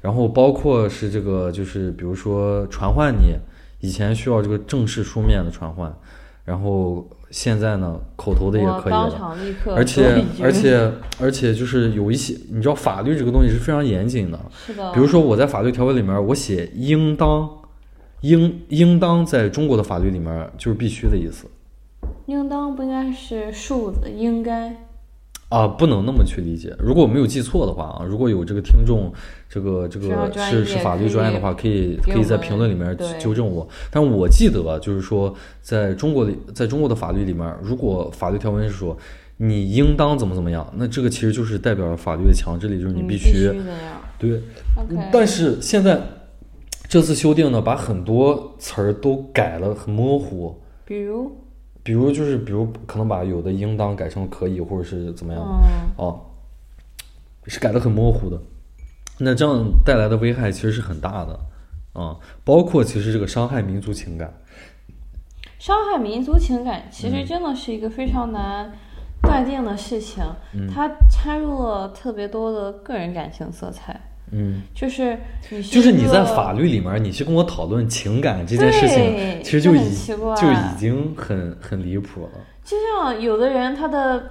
S1: 然后包括是这个，就是比如说传唤你，以前需要这个正式书面的传唤，然后现在呢口头的也
S2: 我
S1: 可以
S2: 当
S1: 了。
S2: 场立刻
S1: 而且
S2: 说一句
S1: 而且而且就是有一些，你知道法律这个东西是非常严谨的。
S2: 是的，
S1: 比如说我在法律条文里面，我写应当，应应当在中国的法律里面就是必须的意思
S2: 应当不应该是数字，应该
S1: 啊，不能那么去理解。如果我没有记错的话啊，如果有这个听众这个这
S2: 非常
S1: 个
S2: 专
S1: 是
S2: 业
S1: 是法律
S2: 可以
S1: 专业的话，可以
S2: 给
S1: 可以
S2: 我
S1: 在
S2: 们
S1: 评论里面
S2: 对
S1: 纠正我。但我记得啊就是说，在中国的在中国的法律里面，如果法律条文是说你应当怎么怎么样，那这个其实就是代表法律的强制力，就是你
S2: 嗯
S1: 必
S2: 必
S1: 须
S2: 那样。
S1: 对。
S2: OK，
S1: 但是现在这次修订呢，把很多词儿都改了，很模糊。
S2: 比如，
S1: 比如就是，比如可能把有的应当改成可以，或者是怎么样
S2: 嗯，
S1: 哦，是改的很模糊的。那这样带来的危害其实是很大的啊、包括其实这个伤害民族情感。
S2: 伤害民族情感其
S1: 嗯
S2: 实真的是一个非常难断定的事情，
S1: 嗯
S2: 它掺入了特别多的个人感情色彩，
S1: 嗯，
S2: 就是你
S1: 就是
S2: 一
S1: 你在
S2: 个
S1: 法律里面，你去跟我讨论情感这件事情，
S2: 对
S1: 其实
S2: 这
S1: 就
S2: 很
S1: 已
S2: 奇怪
S1: 就已经很很离谱了。
S2: 就像有的人他的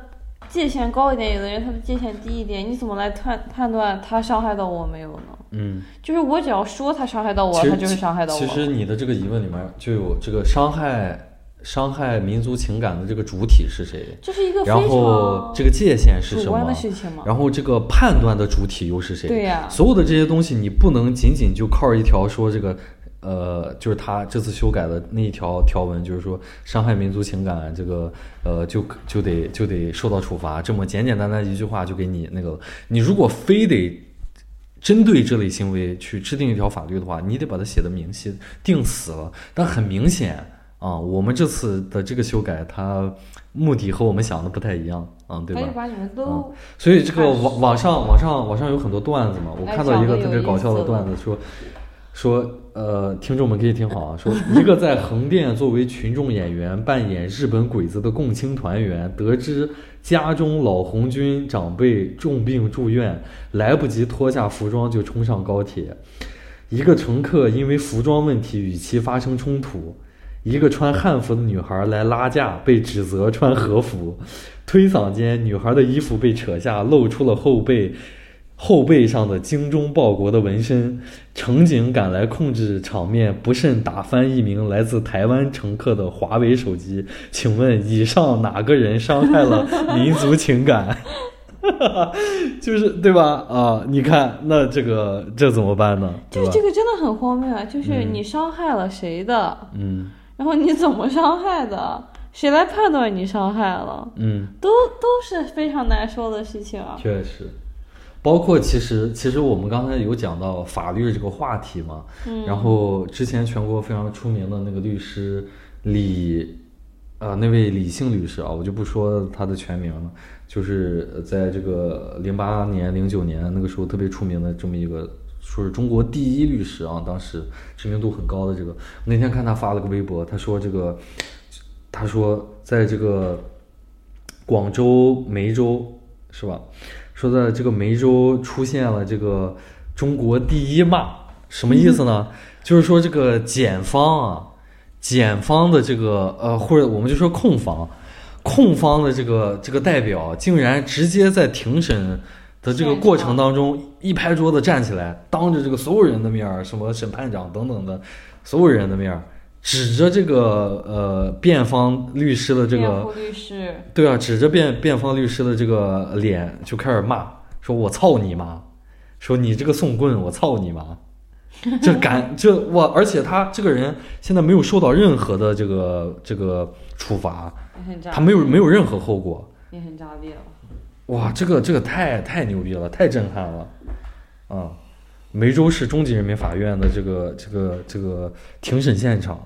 S2: 界限高一点，有的人他的界限低一点，你怎么来判判断他伤害到我没有呢？
S1: 嗯。
S2: 就是我只要说他伤害到我，
S1: 其实
S2: 他就是伤害到我。
S1: 其实你的这个疑问里面就有这个伤害伤害民族情感的这个主体是谁，
S2: 这是一个非
S1: 然后
S2: 常
S1: 这个界限是什
S2: 主观
S1: 么
S2: 的，事情嘛。
S1: 然后这个判断的主体又是谁？
S2: 对呀
S1: 所有的这些东西你不能仅仅就靠一条说这个。呃，就是他这次修改的那一条条文，就是说伤害民族情感，这个呃，就就得就得受到处罚。这么简简单单一句话就给你那个了，你如果非得针对这类行为去制定一条法律的话，你得把它写的明细定死了。但很明显啊，我们这次的这个修改，它目的和我们想的不太一样啊，对
S2: 他
S1: 吧
S2: 就？把你们都
S1: 所以这个网网上网上网上有很多段子嘛，我看到一个特别搞笑的段子说说呃，听众们可以听好啊，说一个在横店作为群众演员扮演日本鬼子的共青团员，得知家中老红军长辈重病住院，来不及脱下服装就冲上高铁，一个乘客因为服装问题与其发生冲突，一个穿汉服的女孩来拉架，被指责穿和服。推搡间，女孩的衣服被扯下，露出了后背，后背上的精忠报国的纹身。乘警赶来控制场面，不慎打翻一名来自台湾乘客的华为手机。请问，以上哪个人伤害了民族情感？ 就是对吧？啊，你看，那这个这怎么办呢？
S2: 就
S1: 对
S2: 是
S1: 吧？
S2: 这个真的很荒谬啊！就是你伤害了谁的，
S1: 嗯
S2: 然后你怎么伤害的，谁来判断你伤害了，
S1: 嗯。
S2: 都都是非常难说的事情啊。
S1: 确实，包括其实其实我们刚才有讲到法律这个话题嘛，然后之前全国非常出名的那个律师李，呃，那位李姓律师啊，我就不说他的全名了，就是呃在这个零八年零九年那个时候特别出名的这么一个。说是中国第一律师啊，当时知名度很高的这个，那天看他发了个微博，他说这个，他说在这个广州梅州是吧？说在这个梅州出现了这个中国第一骂，什么意思呢？就是说这个检方啊，检方的这个呃，或者我们就说控方，控方的这个这个代表啊竟然直接在庭审。的这个过程当中，一拍桌子站起来，当着这个所有人的面儿，什么审判长等等的所有人的面儿，指着这个呃辩方律师的这
S2: 辩
S1: 个
S2: 护律师，
S1: 对啊，指着辩辩方律师的这个脸就开始骂，说我操你妈，说你这个送棍，我操你妈，这敢这我，而且他这个人现在没有受到任何的这个这个处罚，
S2: 也很炸，
S1: 他没有没有任何后果，
S2: 也很炸裂了。
S1: 哇，这个这个太太牛逼了，太震撼了，啊、梅州市中级人民法院的这个这个这个庭审现场，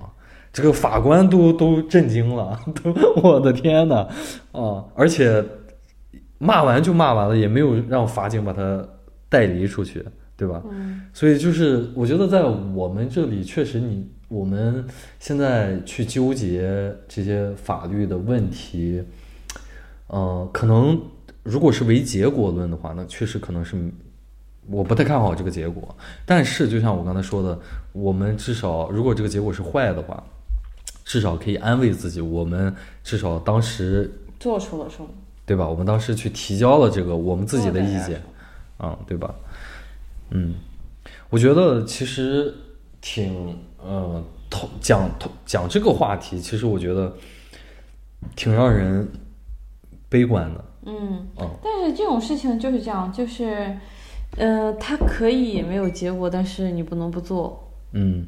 S1: 这个法官都都震惊了， 都我的天呐，啊、而且骂完就骂完了，也没有让法警把他带离出去，对吧？
S2: 嗯，
S1: 所以就是，我觉得在我们这里，确实你我们现在去纠结这些法律的问题，呃，可能如果是唯结果论的话，那确实可能是我不太看好这个结果。但是，就像我刚才说的，我们至少如果这个结果是坏的话，至少可以安慰自己，我们至少当时
S2: 做出了什么？
S1: 对吧？我们当时去提交了这个我们自己的意
S2: 做了
S1: 见
S2: 点，
S1: 啊、对吧？嗯，我觉得其实挺呃，讨讲讨讲这个话题，其实我觉得挺让人悲观的。
S2: 嗯
S1: 哦，
S2: 但是这种事情就是这样，就是，呃，它可以没有结果，但是你不能不做
S1: 嗯，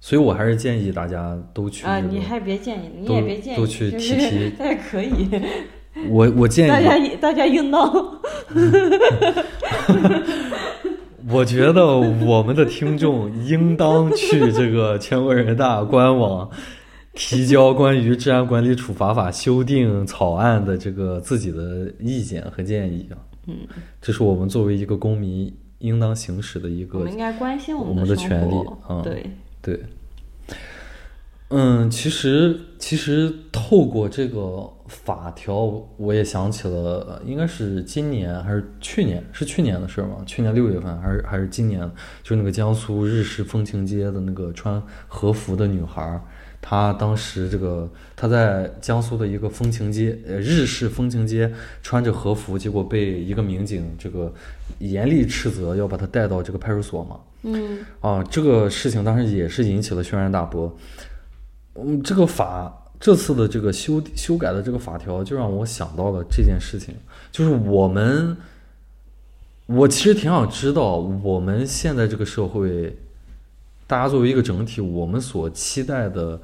S1: 所以我还是建议大家都去、
S2: 啊！
S1: 那个
S2: 你还别建议，你
S1: 都
S2: 也别建议，
S1: 都去
S2: 就
S1: 提提
S2: 是 大家可以，
S1: 我我
S2: 大
S1: 建议，
S2: 家也大家硬闹，
S1: 我觉得我们的听众应当去这个全国人大官网提交关于《治安管理处罚法》修订草案的这个自己的意见和建议啊。
S2: 嗯，
S1: 这是我们作为一个公民应当行使的一
S2: 我
S1: 个
S2: 们应该关心
S1: 我
S2: 们
S1: 们的
S2: 生
S1: 权利
S2: 活
S1: 嗯
S2: 对，
S1: 对。嗯，其实其实透过这个法条，我也想起了，应该是今年还是去年？是去年的事儿吗？去年六月份还是还是今年？就是那个江苏日式风情街的那个穿和服的女孩儿，她当时这个她在江苏的一个风情街，呃，日式风情街穿着和服，结果被一个民警这个严厉斥责，要把她带到这个派出所嘛。
S2: 嗯，
S1: 啊，这个事情当时也是引起了轩然大波。嗯，这个法这次的这个修修改的这个法条，就让我想到了这件事情，就是我们，我其实挺想知道我们现在这个社会，大家作为一个整体，我们所期待的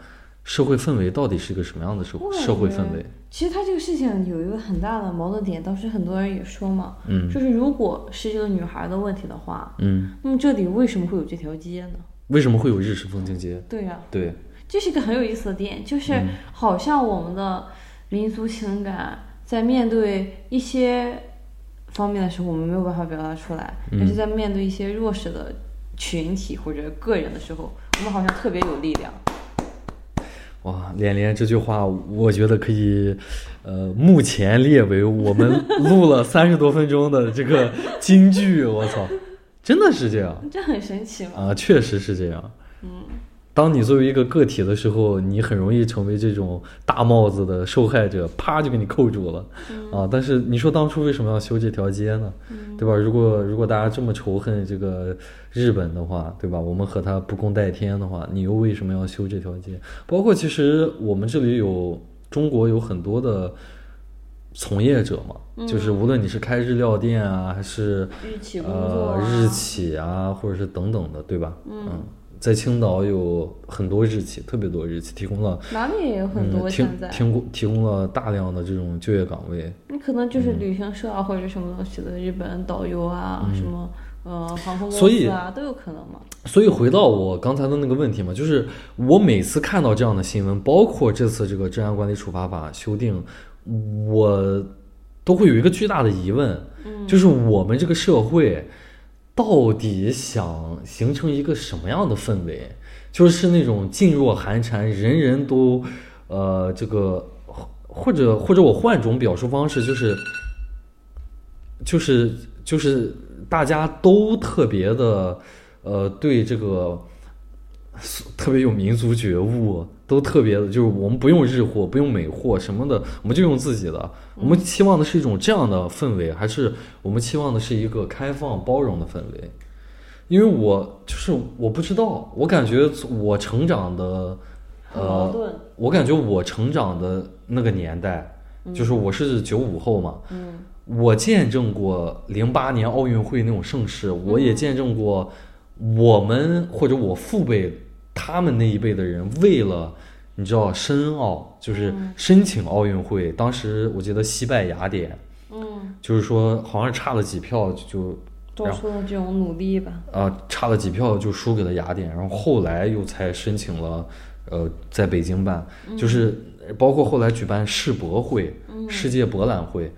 S1: 社会氛围到底是一个什么样的社
S2: 我
S1: 社会
S2: 感觉
S1: 氛围？
S2: 其实他这个事情有一个很大的矛盾点，当时很多人也说嘛，
S1: 嗯
S2: 就是如果是这个女孩的问题的话，
S1: 嗯，
S2: 那么这里为什么会有这条街呢？
S1: 为什么会有日式风情街？
S2: 对呀、
S1: 对，
S2: 这是一个很有意思的点，就是
S1: 嗯
S2: 好像我们的民族情感在面对一些方面的时候，我们没有办法表达出来，
S1: 嗯
S2: 但是在面对一些弱势的群体或者个人的时候，我们好像特别有力量。
S1: 哇，连连这句话，我觉得可以，呃，目前列为我们录了三十多分钟的这个金句。我操，真的是这样
S2: 这很神奇嘛？
S1: 啊，确实是这样。当你作为一个个体的时候，你很容易成为这种大帽子的受害者，啪就给你扣住了、啊！但是你说当初为什么要修这条街呢？对吧？如果如果大家这么仇恨这个日本的话，对吧？我们和他不共戴天的话，你又为什么要修这条街？包括其实我们这里有中国有很多的从业者嘛，就是无论你是开日料店啊，还是
S2: 日企工作、啊
S1: 呃、日企啊，或者是等等的，对吧？嗯，在青岛有很多日企，特别多日企提供了
S2: 哪里也有很
S1: 嗯，
S2: 多
S1: 提
S2: 现在，
S1: 提供提供了大量的这种就业岗位。
S2: 你可能
S1: 嗯
S2: 就是旅行社啊、或者什么东西的日本导游啊，什么呃航空
S1: 所
S2: 公
S1: 以
S2: 司啊都有可能嘛。
S1: 所以回到我刚才的那个问题嘛，就是我每次看到这样的新闻，包括这次这个《治安管理处罚法》修订，我都会有一个巨大的疑问，就是我们这个社会到底想形成一个什么样的氛围？就是那种噤若寒蝉，人人都呃这个，或或者或者我换种表述方式，就是就是就是大家都特别的，呃，对这个特别有民族觉悟，都特别的，就是我们不用日货，不用美货什么的，我们就用自己的。我们期望的是一种这样的氛围，还是我们期望的是一个开放包容的氛围？因为我就是我不知道，我感觉我成长的呃
S2: 很矛盾。
S1: 我感觉我成长的那个年代，就是我是九五后嘛，
S2: 嗯
S1: 我见证过零八年奥运会那种盛世，我也见证过我们或者我父辈他们那一辈的人为了。你知道申奥就是申请奥运会，当时我记得惜败雅典，
S2: 嗯，
S1: 就是说好像是差了几票就
S2: 多出的这种努力吧。
S1: 呃，差了几票就输给了雅典，然后后来又才申请了，呃，在北京办，就是包括后来举办世博会、世界博览会，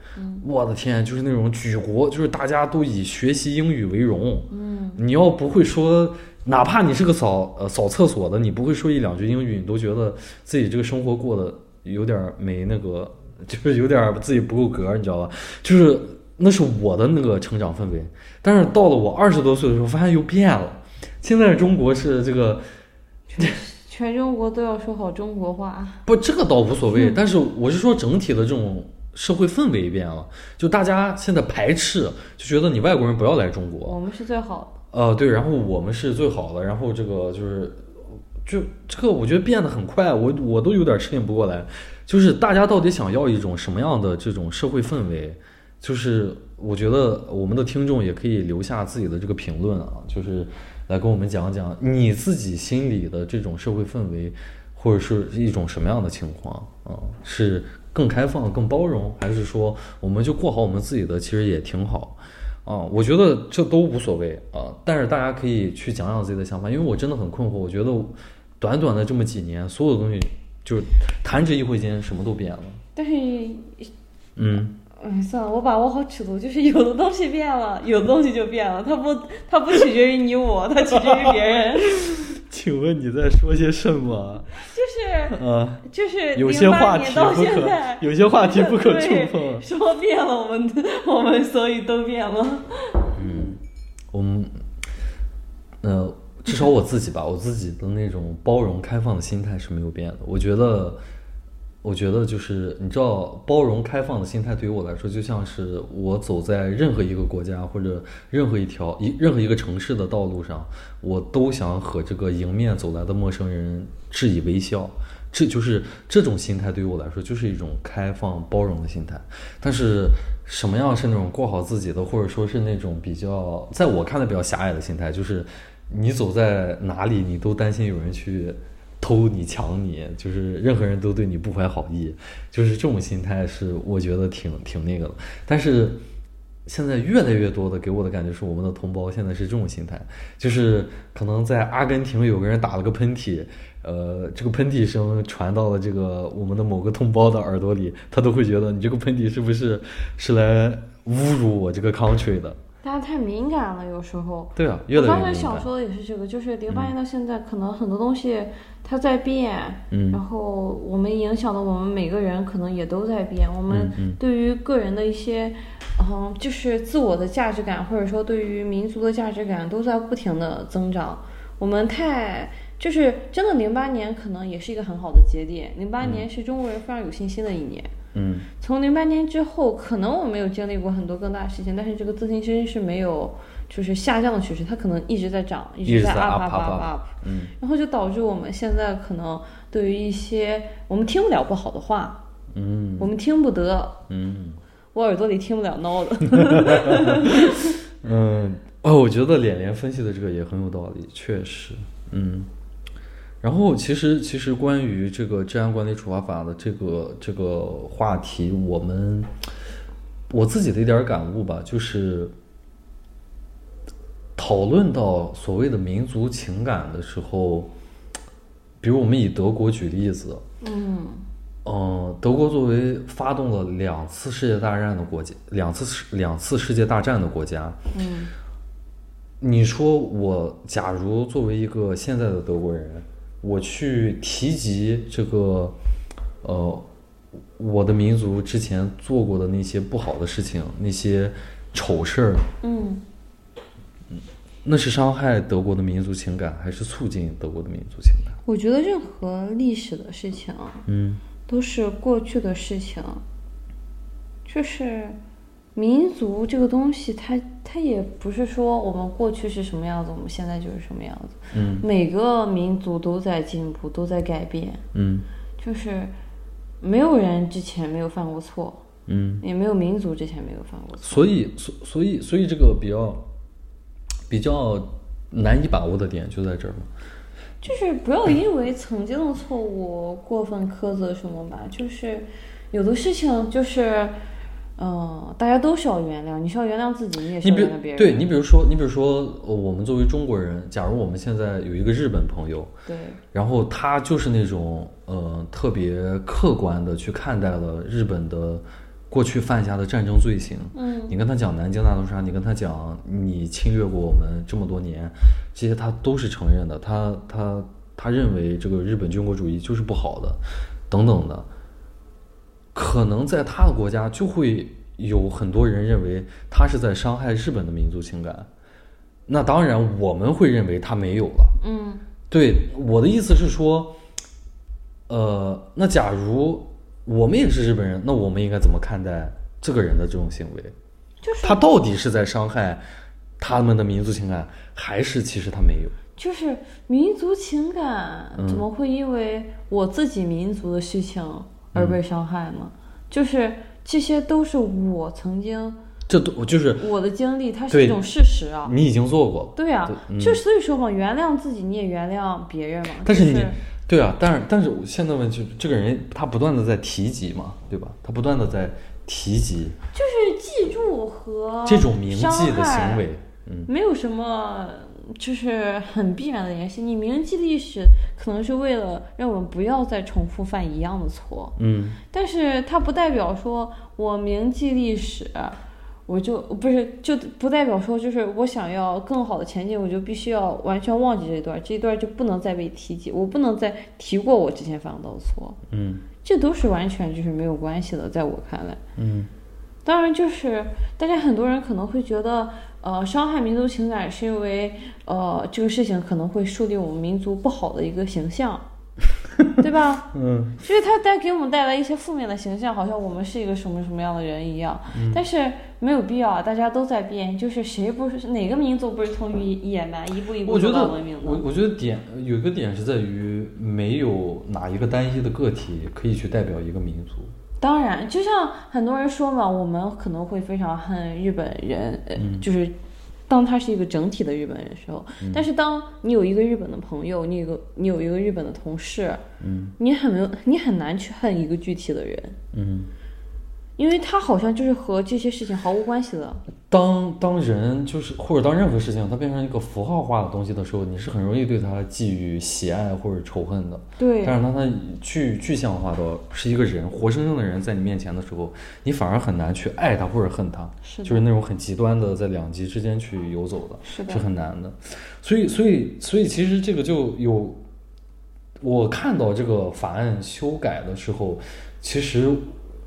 S1: 我的天，就是那种举国，就是大家都以学习英语为荣，
S2: 嗯，
S1: 你要不会说，哪怕你是个扫呃扫厕所的，你不会说一两句英语，你都觉得自己这个生活过得有点儿没那个， 就是有点儿自己不够格儿，你知道吧？就是那是我的那个成长氛围。但是到了我二十多岁的时候，发现又变了。现在中国是这个
S2: 全中国都要说好中国话。
S1: 不，这个倒无所谓，但是我是说整体的这种社会氛围变了，就大家现在排斥，就觉得你外国人不要来中国。
S2: 我们是最好
S1: 呃，对，然后我们是最好的，然后这个就是，就这个我觉得变得很快，我我都有点适应不过来，就是大家到底想要一种什么样的这种社会氛围？就是我觉得我们的听众也可以留下自己的这个评论啊，就是来跟我们讲讲你自己心里的这种社会氛围，或者是一种什么样的情况啊、是更开放、更包容，还是说我们就过好我们自己的，其实也挺好。啊、我觉得这都无所谓啊、但是大家可以去讲讲自己的想法，因为我真的很困惑。我觉得短短的这么几年，所有东西就是弹指一挥间，什么都变了。
S2: 的，但是
S1: 嗯，
S2: 哎，算了，我把握好尺度，就是有的东西变了，有的东西就变了，它不，它不取决于你我，它取决于别人。
S1: 请问你在说些什么？
S2: 就是
S1: 呃，
S2: 就是哎零八年到现在，
S1: 有些话
S2: 对。说变了，我们 我们所以都变了。
S1: 我们呃，至少我自己吧，我自己的那种包容、开放的心态是没有变的。我觉得，我觉得就是你知道，包容、开放的心态对于我来说，就像是我走在任何一个国家或者任何一条一任何一个城市的道路上，我都想和这个迎面走来的陌生人致以微笑。这就是这种心态对于我来说，就是一种开放包容的心态。但是什么样是那种过好自己的，或者说是那种比较，在我看来比较狭隘的心态，就是你走在哪里，你都担心有人去偷你、抢你，就是任何人都对你不怀好意，就是这种心态是我觉得挺挺那个的。但是现在越来越多的给我的感觉是，我们的同胞现在是这种心态，就是可能在阿根廷有个人打了个喷嚏，呃，这个喷嚏声传到了这个我们的某个同胞的耳朵里，他都会觉得你这个喷嚏是不是是来侮辱我这个 country 的？
S2: 大家太敏感了，有时候。
S1: 对啊，越
S2: 我
S1: 来越
S2: 刚
S1: 明白。
S2: 才想说的也是这个，就是零八年到现在，可能很多东西它在变，
S1: 嗯
S2: 然后我们影响的我们每个人可能也都在变。我们
S1: 嗯
S2: 对于个人的一些，嗯，就是自我的价值感，或者说对于民族的价值感，都在不停的增长。我们太就是真的，零八年可能也是一个很好的节点。零八年是中国人非常有信心的一年。
S1: 嗯
S2: 从零八年之后，可能我们有经历过很多更大的事情，但是这个自信心是没有就是下降的趋势，它可能一直在涨，
S1: 一直
S2: 直在
S1: 在 up,
S2: up up
S1: up,
S2: up
S1: up
S2: up，
S1: 嗯
S2: 然后就导致我们现在可能对于一些我们听不了不好的话，
S1: 嗯
S2: 我们听不得，
S1: 嗯
S2: 我耳朵里听不了孬的。
S1: 嗯，哦，我觉得脸脸分析的这个也很有道理，确实，嗯。然后其实其实关于这个治安管理处罚法的这个这个话题，我们我自己的一点感悟吧，就是讨论到所谓的民族情感的时候，比如我们以德国举例子，
S2: 嗯
S1: 嗯，德国作为发动了两次世界大战的国家，两次世两次世界大战的国家，
S2: 嗯
S1: 你说我假如作为一个现在的德国人，我去提及这个，呃，我的民族之前做过的那些不好的事情，那些丑事儿，
S2: 嗯，
S1: 那是伤害德国的民族情感，还是促进德国的民族情感？
S2: 我觉得任何历史的事情啊
S1: 嗯
S2: 都是过去的事情，就是民族这个东西它，它它也不是说我们过去是什么样子，我们现在就是什么样子。
S1: 嗯
S2: 每个民族都在进步，都在改变，
S1: 嗯
S2: 就是没有人之前没有犯过错，
S1: 嗯，
S2: 也没有民族之前没有犯过错。
S1: 所以所所以所以这个比较比较难以把握的点就在这儿嘛。
S2: 就是不要因为曾经的错误过分苛责什么吧，就是有的事情就是，嗯、大家都需要原谅，你需要原谅自己，你也需
S1: 你比
S2: 要原
S1: 如
S2: 谅别人。
S1: 对你比如说你比如说呃我们作为中国人，假如我们现在有一个日本朋友，
S2: 对
S1: 然后他就是那种呃特别客观的去看待了日本的过去犯下的战争罪行。
S2: 嗯，
S1: 你跟他讲南京大屠杀，你跟他讲你侵略过我们这么多年，这些他都是承认的。他他他认为这个日本军国主义就是不好的，等等的。可能在他的国家就会有很多人认为他是在伤害日本的民族情感。那当然，我们会认为他没有了。
S2: 嗯
S1: 对，我的意思是说，呃，那假如我们也是日本人，那我们应该怎么看待这个人的这种行为？
S2: 就是
S1: 他到底是在伤害他们的民族情感，还是其实他没有？
S2: 就是民族情感
S1: 嗯
S2: 怎么会因为我自己民族的事情而
S1: 嗯
S2: 被伤害呢？就是这些都是我曾经
S1: 这都就是
S2: 我的经历，它是
S1: 对
S2: 一种事实啊。
S1: 你已经做过了，
S2: 对啊
S1: 对，嗯
S2: 就所以说嘛，原谅自己，你也原谅别人嘛。
S1: 但
S2: 啊就是
S1: 你对啊，但是但是我现在问题就是，这个人他不断的在提及嘛，对吧？他不断的在提及
S2: 就是记住和
S1: 这种铭
S2: 哦伤
S1: 记的
S2: 害
S1: 行为，嗯
S2: 没有什么就是很必然的联系。你铭记历史，可能是为了让我们不要再重复犯一样的错，
S1: 嗯
S2: 但是它不代表说我铭记历史，我就不是就不代表说就是我想要更好的前进，我就必须要完全忘记这一段，这一段就不能再被提及，我不能再提过我之前犯过的错，
S1: 嗯
S2: 这都是完全就是没有关系的，在我看来。
S1: 嗯
S2: 当然，就是大家很多人可能会觉得，呃，伤害民族情感是因为，呃，这个事情可能会树立我们民族不好的一个形象，对吧？
S1: 嗯
S2: 就是它带给我们带来一些负面的形象，好像我们是一个什么什么样的人一样。
S1: 嗯
S2: 但是没有必要啊，大家都在变，就是谁不是哪个民族不是从于野蛮一步一步
S1: 我觉
S2: 走到
S1: 得
S2: 文明
S1: 我
S2: 的？
S1: 我觉得点有一个点是在于没有哪一个单一的个体可以去代表一个民族。
S2: 当然，就像很多人说嘛，我们可能会非常恨日本人，呃
S1: 嗯
S2: 就是当他是一个整体的日本人的时候，但是当你有一个日本的朋友，你有一个你有一个日本的同事，
S1: 嗯
S2: 你很没有你很难去恨一个具体的人，
S1: 嗯，
S2: 因为他好像就是和这些事情毫无关系的。
S1: 当当人就是或者当任何事情它变成一个符号化的东西的时候，你是很容易对它寄予喜爱或者仇恨的。
S2: 对，
S1: 但是当它具具象化到是一个人活生生的人在你面前的时候，你反而很难去爱他或者恨他，
S2: 是的
S1: 就是那种很极端的在两极之间去游走的。
S2: 是的
S1: 是，很难的。所以，所以，所以，其实这个就有，我看到这个法案修改的时候，其实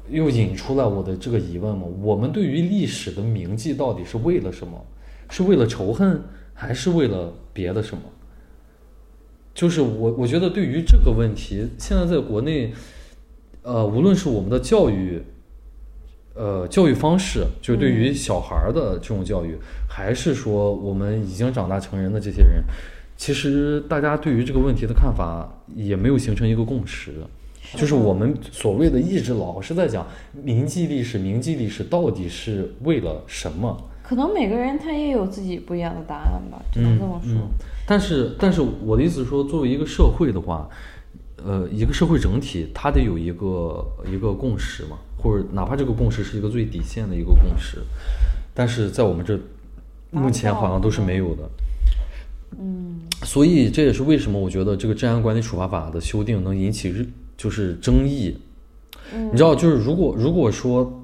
S1: 又引出来我的这个疑问嘛：我们对于历史的铭记到底是为了什么？是为了仇恨，还是为了别的什么？就是我，我觉得对于这个问题，现在在国内，呃，无论是我们的教育，呃，教育方式，就是对于小孩儿的这种教育，还是说我们已经长大成人的这些人，其实大家对于这个问题的看法也没有形成一个共识。就是我们所谓的一直老是在讲铭记历史，铭记历史到底是为了什么？
S2: 可能每个人他也有自己不一样的答案吧，只能这么说。
S1: 嗯但是，但是我的意思是说，作为一个社会的话，呃，一个社会整体，它得有一个一个共识嘛，或者哪怕这个共识是一个最底线的一个共识，但是在我们这目前好像都是没有的。
S2: 嗯，
S1: 所以这也是为什么我觉得这个治安管理处罚法的修订能引起日就是争议。
S2: 嗯
S1: 你知道，就是如果如果说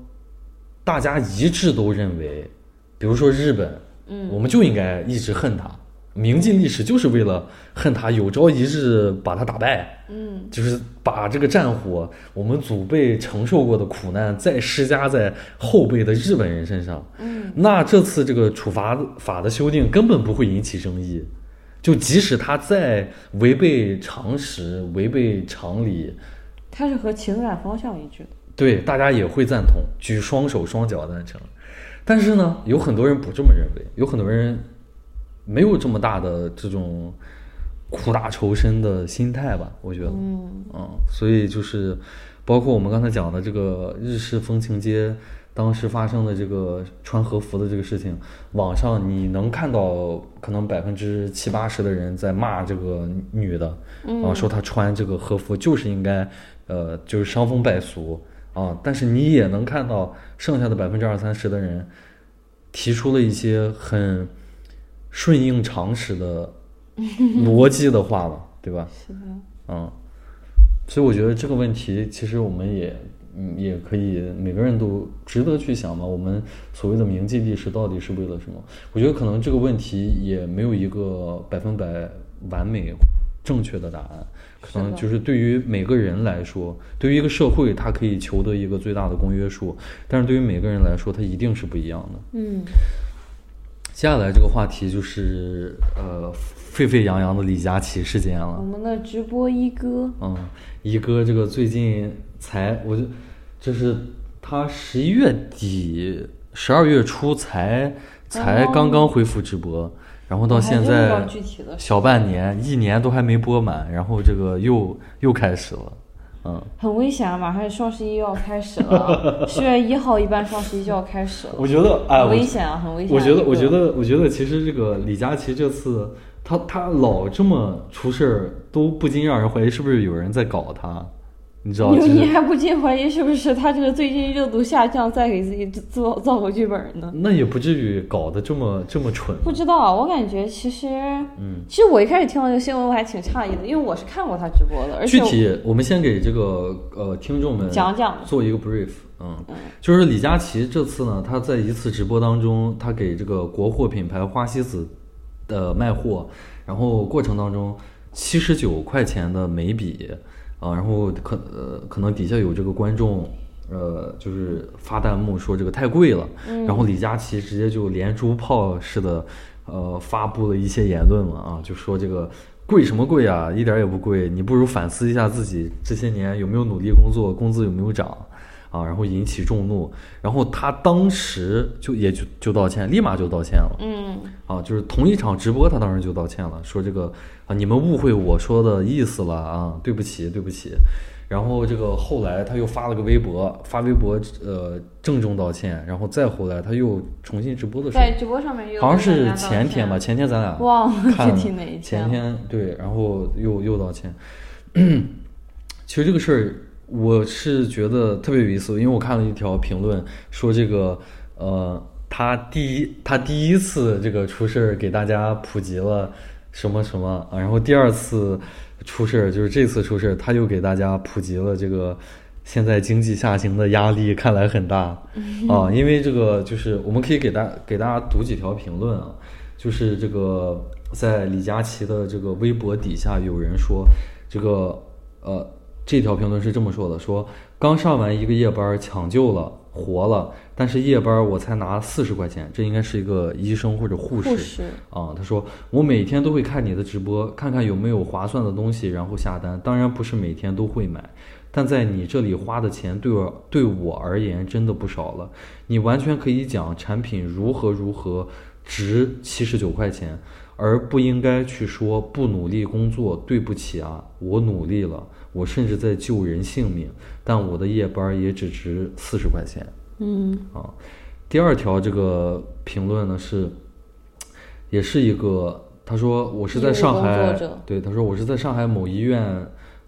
S1: 大家一致都认为，比如说日本，
S2: 嗯，
S1: 我们就应该一直恨他，铭记历史就是为了恨他，有朝一日把他打败，
S2: 嗯，
S1: 就是把这个战火，我们祖辈承受过的苦难，再施加在后辈的日本人身上。
S2: 嗯，
S1: 那这次这个处罚法的修订根本不会引起争议，就即使他再违背常识、违背常理，
S2: 他是和情感方向一致的。
S1: 对大家也会赞同，举双手双脚赞成。但是呢，有很多人不这么认为，有很多人没有这么大的这种苦大仇深的心态吧，我觉得，
S2: 嗯，
S1: 嗯，所以就是包括我们刚才讲的这个日式风情街当时发生的这个穿和服的这个事情，网上你能看到可能百分之七八十的人在骂这个女的，啊，说她穿这个和服就是应该，呃，就是伤风败俗啊，但是你也能看到剩下的百分之二三十的人提出了一些很顺应常识的逻辑的话嘛，对吧？
S2: 是的，
S1: 嗯，所以我觉得这个问题，其实我们也嗯也可以每个人都值得去想嘛。我们所谓的铭记历史到底是为了什么？我觉得可能这个问题也没有一个百分百完美正确的答案，可能
S2: 是的
S1: 就是对于每个人来说，对于一个社会，它可以求得一个最大的公约数，但是对于每个人来说，它一定是不一样的。
S2: 嗯，
S1: 接下来这个话题就是呃沸沸扬扬的李佳琦事件了
S2: 我。们的直播一哥，
S1: 嗯，一哥这个最近才，我就就是他十一月底、十二月初才才
S2: 刚
S1: 刚刚恢复直播，然后到
S2: 哦我还
S1: 现
S2: 真不知道
S1: 在
S2: 具体的
S1: 小半年、一年都还没播满，然后这个又又开始了，嗯，
S2: 很危险啊！马上双十一又要开始 了，十月一号一般双十一就要开始了，
S1: 我觉得哎，
S2: 很
S1: 我
S2: 危险啊，很危险
S1: 我
S2: 啊、
S1: 觉得，我
S2: 这
S1: 觉
S2: 个
S1: 得，我觉得，其实这个李佳琦这次他他老这么出事儿，都不禁让人怀疑是不是有人在搞他，你知道？就
S2: 你
S1: 是
S2: 你还不禁怀疑是不是他这个最近热度下降，在给自己造造个剧本呢？
S1: 那也不至于搞得这么这么蠢。
S2: 不知道，我感觉其实，
S1: 嗯，
S2: 其实我一开始听到这个新闻，我还挺诧异的，因为我是看过他直播的，而且
S1: 具
S2: 我
S1: 体我们先给这个呃听众们
S2: 讲讲
S1: 做一个 brief，嗯，就是李佳琦这次呢，他在一次直播当中，他给这个国货品牌花西子的卖货，然后过程当中七十九块钱的眉笔啊，然后可呃可能底下有这个观众。呃，就是发弹幕说这个太贵了，然后李佳琦直接就连珠炮似的，呃，发布了一些言论嘛，啊，就说这个贵什么贵啊，一点儿也不贵，你不如反思一下自己这些年有没有努力工作，工资有没有涨啊，然后引起众怒，然后他当时就也就就道歉，立马就道歉了。
S2: 嗯，
S1: 啊，就是同一场直播，他当时就道歉了，说这个啊，你们误会我说的意思了啊，对不起，对不起。然后这个后来他又发了个微博，发微博呃郑重道歉，然后再后来他又重新直播的时候
S2: 在，直播上面又
S1: 好像
S2: 跟
S1: 是
S2: 大家道
S1: 前天
S2: 歉
S1: 吧，，前天咱俩
S2: 啊忘了
S1: 看
S2: 具体哪一天
S1: 前
S2: 了
S1: 天对，然后又又道歉。其实这个事儿，我是觉得特别有意思，因为我看了一条评论说这个，呃，他第一他第一次这个出事儿给大家普及了什么什么，啊然后第二次出事儿就是这次出事儿，他又给大家普及了这个。现在经济下行的压力看来很大啊，因为这个就是我们可以给大给大家读几条评论啊，就是这个在李佳琦的这个微博底下有人说，这个呃这条评论是这么说的：说刚上完一个夜班儿，抢救了活了，但是夜班儿我才拿四十块钱，这应该是一个医生或者护士。
S2: 护士
S1: 啊，他说我每天都会看你的直播，看看有没有划算的东西，然后下单。当然不是每天都会买，但在你这里花的钱对我对我而言真的不少了。你完全可以讲产品如何如何值七十九块钱，而不应该去说不努力工作，对不起啊，我努力了，我甚至在救人性命，但我的夜班儿也只值四十块钱。
S2: 嗯，
S1: 啊。第二条这个评论呢是，也是一个，他说我是在上
S2: 医务工
S1: 海
S2: 作者，
S1: 对，他说我是在上海某医院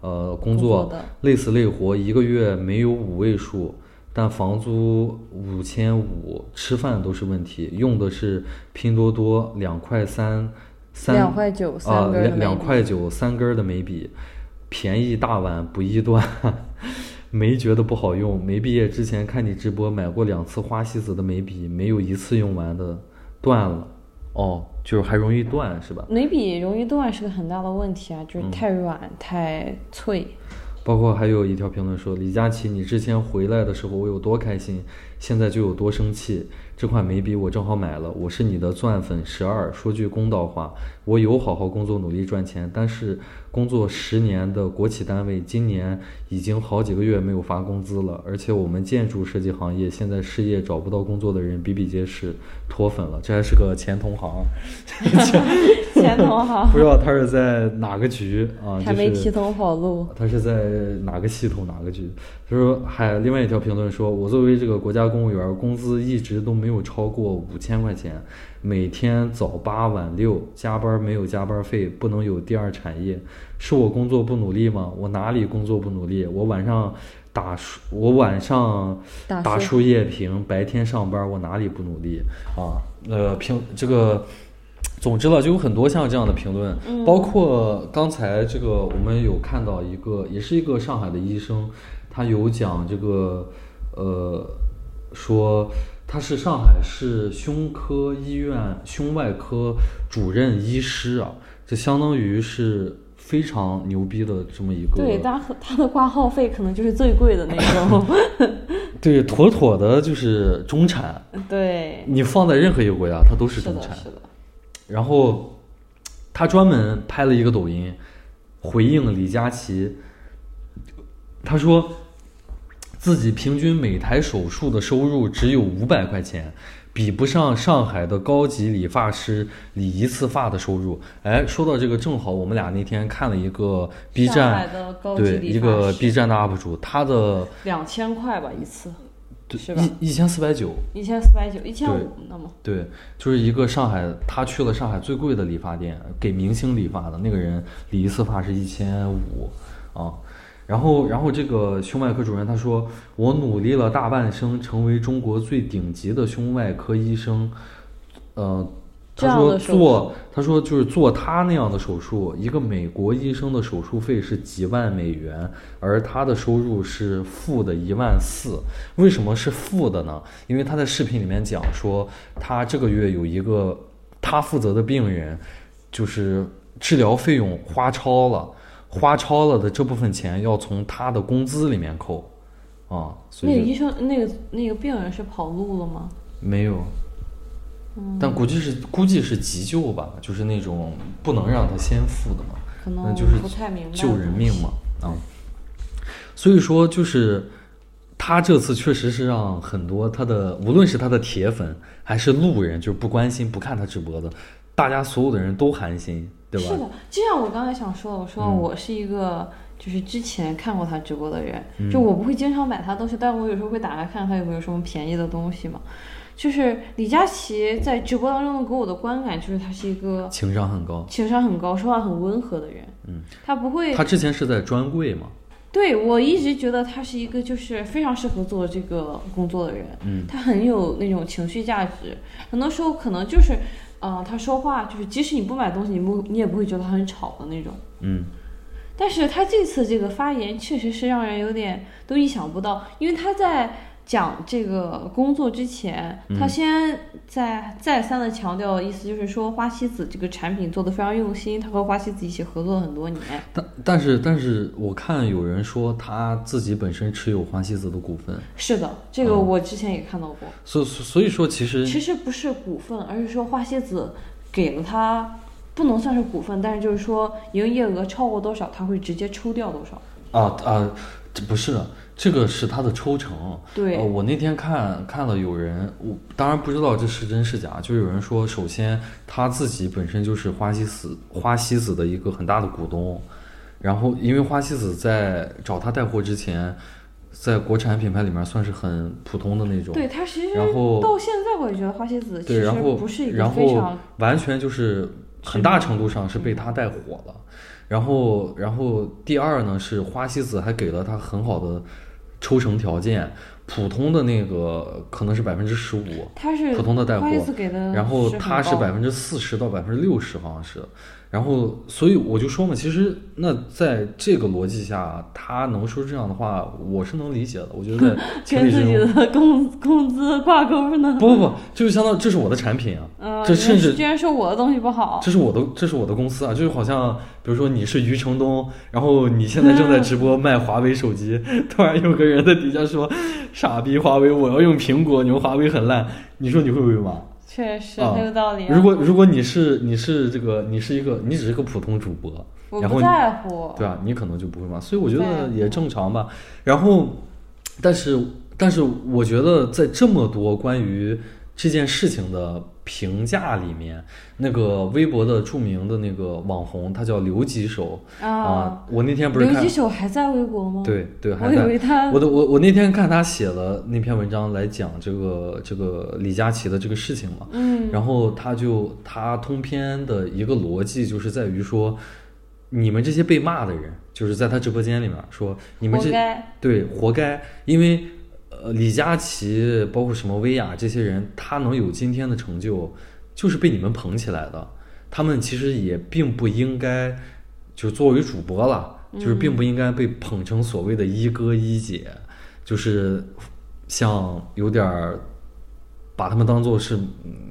S1: 呃工
S2: 工
S1: 作，
S2: 作的
S1: 累死累活，一个月没有五位数，但房租五千五，吃饭都是问题，用的是拼多多两块三三
S2: 两块九
S1: 啊
S2: 三根儿的
S1: 两
S2: 眉
S1: 两
S2: 笔
S1: 块九三根儿的眉笔，便宜大碗不易断， 没觉得不好用。没毕业之前看你直播买过两次花西子的眉笔，没有一次用完的，断了。哦，就是还容易断是吧？
S2: 眉笔容易断是个很大的问题啊，就是太软、太脆，
S1: 包括还有一条评论说：“李佳琦，你之前回来的时候我有多开心，现在就有多生气。这款眉笔我正好买了，我是你的钻粉十二。说句公道话，我有好好工作，努力赚钱，但是工作十年的国企单位，今年已经好几个月没有发工资了。而且我们建筑设计行业现在失业找不到工作的人比比皆是，脱粉了。这还是个前同行，
S2: 前同行
S1: 不知道他是在哪个局啊？
S2: 还没
S1: 就是
S2: 提头跑路。
S1: 他是在哪个系统哪个局？他说还另外一条评论说，我作为这个国家公务员，工资一直都没有超过五千块钱，每天早八晚六，加班没有加班费，不能有第二产业，是我工作不努力吗？我哪里工作不努力？我晚上打书，我晚上
S2: 打
S1: 打
S2: 书
S1: 书夜评，白天上班，我哪里不努力啊？呃，评这个。总之了，就有很多像这样的评论，包括刚才这个，我们有看到一个，也是一个上海的医生，他有讲这个，呃，说他是上海市胸科医院胸外科主任医师啊，这相当于是非常牛逼的这么一个，
S2: 对，他 他的挂号费可能就是最贵的那种。
S1: 对，妥妥的就是中产，
S2: 对，
S1: 你放在任何一个国家，它都是
S2: 是
S1: 中
S2: 的，
S1: 产。
S2: 是的。
S1: 然后他专门拍了一个抖音回应李佳琦，他说自己平均每台手术的收入只有五百块钱。比不上上海的高级理发师理一次发的收入。哎，说到这个，正好我们俩那天看了一个 B
S2: 上海
S1: 站，
S2: 的高级
S1: 对
S2: 理
S1: 一
S2: 发
S1: 个
S2: 师
S1: B 站的 UP 主，他的
S2: 两千块吧一次，是吧？
S1: 一一千四百九，
S2: 一千四百九，一千
S1: 对
S2: 五那么。
S1: 对，就是一个上海，他去了上海最贵的理发店，给明星理发的那个人理一次发是一千五啊。然后，然后这个胸外科主任他说：“我努力了大半生，成为中国最顶级的胸外科医生。呃，
S2: 这
S1: 他
S2: 样
S1: 说
S2: 的手
S1: 做，他说就是做他那样的手术，一个美国医生的手术费是几万美元，而他的收入是负的一万四。为什么是负的呢？因为他在视频里面讲说，他这个月有一个他负责的病人，就是治疗费用花超了，花超了的这部分钱要从他的工资里面扣，啊，所
S2: 那个
S1: 以就
S2: 医生，那个那个病人是跑路了吗？
S1: 没有。
S2: 嗯
S1: 但估计是估计是急救吧，就是那种不能让他先付的嘛。
S2: 可能
S1: 那就是
S2: 不太明白。
S1: 救人命嘛，啊、所以说就是他这次确实是让很多他的，无论是他的铁粉还是路人，就是不关心不看他直播的，大家所有的人都寒心，对
S2: 是
S1: 吧？
S2: 的，就像我刚才想说的，我说
S1: 嗯
S2: 我是一个就是之前看过他直播的人，
S1: 嗯
S2: 就我不会经常买他东西，但我有时候会打开看看他有没有什么便宜的东西嘛。就是李佳琦在直播当中给我的观感就是他是一个
S1: 情商很高。
S2: 情商很高、说话很温和的人，
S1: 嗯，
S2: 他不会
S1: 他之前是在专柜嘛，
S2: 对我一直觉得他是一个就是非常适合做这个工作的人，
S1: 嗯，
S2: 他很有那种情绪价值，很多时候可能就是，呃，他说话就是即使你不买东西，你不你也不会觉得他很吵的那种。
S1: 嗯，
S2: 但是他这次这个发言确实是让人有点都意想不到，因为他在讲这个工作之前，他先再再三的强调，意思就是说花西子这个产品做的非常用心，他和花西子一起合作了很多年。
S1: 但但是但是我看有人说他自己本身持有花西子的股份，
S2: 是的，嗯这个我之前也看到过。
S1: 所所所以说其实
S2: 其实不是股份，而是说花西子给了他，不能算是股份，但是就是说营业额超过多少，他会直接抽掉多少。
S1: 啊啊，这不是，这个是他的抽成。
S2: 对
S1: 呃我那天看看了有人，我当然不知道这是真是假，就有人说，首先他自己本身就是花西子花西子的一个很大的股东，然后因为花西子在找他带货之前，在国产品牌里面算是很普通的那种。
S2: 对他其实
S1: 然后
S2: 到现在我也觉得花西子其
S1: 对，
S2: 实
S1: 然后
S2: 不是一个
S1: 然
S2: 非
S1: 后
S2: 常
S1: 完全就是很大程度上是被他带火了。然后，然后第二呢是花西子还给了他很好的抽成条件，普通的那个可能是百分之十五，
S2: 他是
S1: 普通的带货
S2: 花椰子给的，
S1: 然后它是百
S2: 分，
S1: 分之四十到百分之六十，好像是。然后，所以我就说嘛，其实那在这个逻辑下，他能说这样的话，我是能理解的。我觉 得在情
S2: 跟
S1: 理之中。
S2: 自己的工工资挂钩 呢。
S1: 不不不，就是相当，这是我的产品啊，
S2: 嗯，
S1: 这甚至
S2: 居然说我的东西不好，
S1: 这是我的，这是我的公司啊，就是好像，比如说你是余承东，然后你现在正在直播卖华为手机， 突然有个人在底下说，傻逼华为，我要用苹果，你们华为很烂，你说你会不会骂？
S2: 确实
S1: 啊
S2: 很有道理啊。
S1: 如果如果你是你是这个你是一个你只是个普通主播，
S2: 我
S1: 然后
S2: 不
S1: 你
S2: 在乎，
S1: 对啊，你可能就不会骂，所以我觉得
S2: 对
S1: 也正常吧。然后，但是但是我觉得在这么多关于这件事情的评价里面，那个微博的著名的那个网红，他叫刘几手
S2: 啊，
S1: 啊，我那天不是
S2: 刘
S1: 看
S2: 几手还在微博吗？，
S1: 对对
S2: 我
S1: 还
S2: 以
S1: 在
S2: 为他
S1: 我的我我那天看他写了那篇文章来讲这个这个李佳琦的这个事情嘛，
S2: 嗯，
S1: 然后他就他通篇的一个逻辑就是在于说，你们这些被骂的人，就是在他直播间里面说你们
S2: 活
S1: 这
S2: 该
S1: 对活该，因为呃李佳琦包括什么薇娅这些人，他能有今天的成就，就是被你们捧起来的。他们其实也并不应该，就作为主播了，就是并不应该被捧成所谓的一哥一姐，就是像有点儿把他们当做是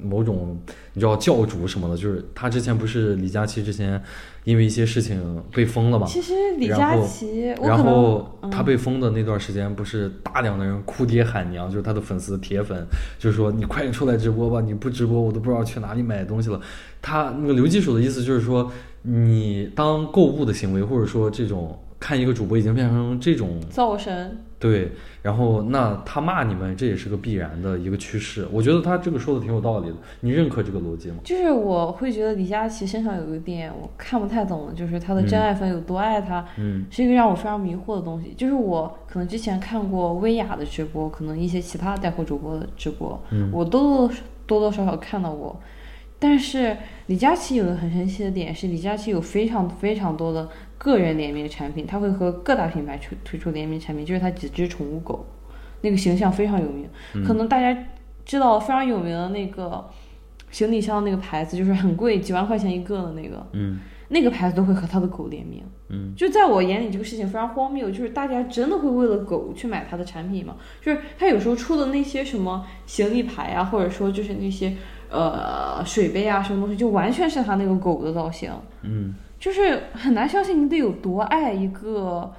S1: 某种你知道教主什么的，就是他之前不是李佳琦之前因为一些事情被封了嘛，
S2: 其实李
S1: 然
S2: 佳
S1: 后
S2: 琦，我
S1: 然
S2: 可能嗯
S1: 后他被封的那段时间，不是大量的人哭爹喊娘，就是他的粉丝铁粉，就是说你快点出来直播吧，你不直播我都不知道去哪里买东西了。他那个刘技术的意思就是说，你当购物的行为，或者说这种看一个主播已经变成这种
S2: 造神，
S1: 对，然后那他骂你们，这也是个必然的一个趋势。我觉得他这个说的挺有道理的，你认可这个逻辑吗？
S2: 就是我会觉得李佳琦身上有一点我看不太懂的，就是他的真
S1: 嗯
S2: 爱粉有多爱他，
S1: 嗯
S2: 是一个让我非常迷惑的东西。就是我可能之前看过薇娅的直播，可能一些其他带货主播的直播，
S1: 嗯
S2: 我都多多少少看到过。但是李佳琦有个很神奇的点是，李佳琦有非常非常多的个人联名产品，他会和各大品牌推推出联名产品，就是他几只宠物狗，那个形象非常有名，
S1: 嗯
S2: 可能大家知道非常有名的那个行李箱那个牌子，就是很贵，几万块钱一个的那个，
S1: 嗯
S2: 那个牌子都会和他的狗联名。
S1: 嗯，
S2: 就在我眼里，这个事情非常荒谬，就是大家真的会为了狗去买它的产品吗？就是它有时候出的那些什么行李牌啊，或者说就是那些呃水杯啊什么东西，就完全是它那个狗的造型，
S1: 嗯，
S2: 就是很难相信你得有多爱一个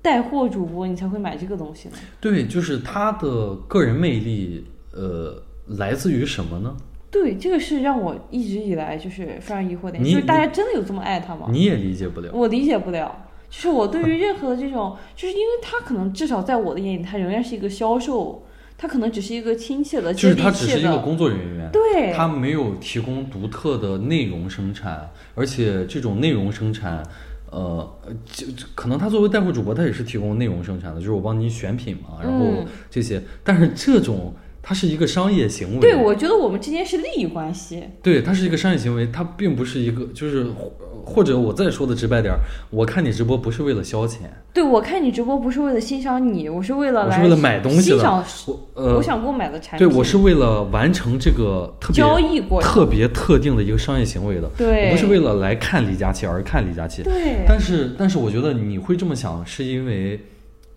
S2: 带货主播，你才会买这个东西呢。
S1: 对，就是他的个人魅力，呃，来自于什么呢？
S2: 对，这个是让我一直以来就是非常疑惑的点，
S1: 你
S2: 就是大家真的有这么爱它吗？
S1: 你也理解不了。
S2: 我理解不了。就是我对于任何的这种，就是因为他可能至少在我的眼里，他仍然是一个销售，他可能只是一个亲切的、
S1: 就
S2: 接
S1: 是
S2: 地
S1: 他只是
S2: 气
S1: 一个
S2: 的，
S1: 工作人员，
S2: 对，
S1: 他没有提供独特的内容生产，而且这种内容生产，呃，就就可能他作为带货主播，他也是提供内容生产的，就是我帮你选品嘛，然后
S2: 嗯
S1: 这些，但是这种它是一个商业行为，
S2: 对我觉得我们之间是利益关系，
S1: 对，它是一个商业行为，它并不是一个就是或或者我再说的直白点儿，我看你直播不是为了消遣，
S2: 对我看你直播不是为了欣赏你，我是为了
S1: 我
S2: 来
S1: 是为了买东西
S2: 欣
S1: 的
S2: 赏，
S1: 我
S2: 我
S1: 呃，
S2: 想购买的产
S1: 对
S2: 品，
S1: 我是为了完成这个特别
S2: 交易过程，
S1: 特别特定的一个商业行为的，我
S2: 对，
S1: 不是为了来看李佳琦而看李佳琦。
S2: 对，
S1: 但是，但是我觉得你会这么想，是因为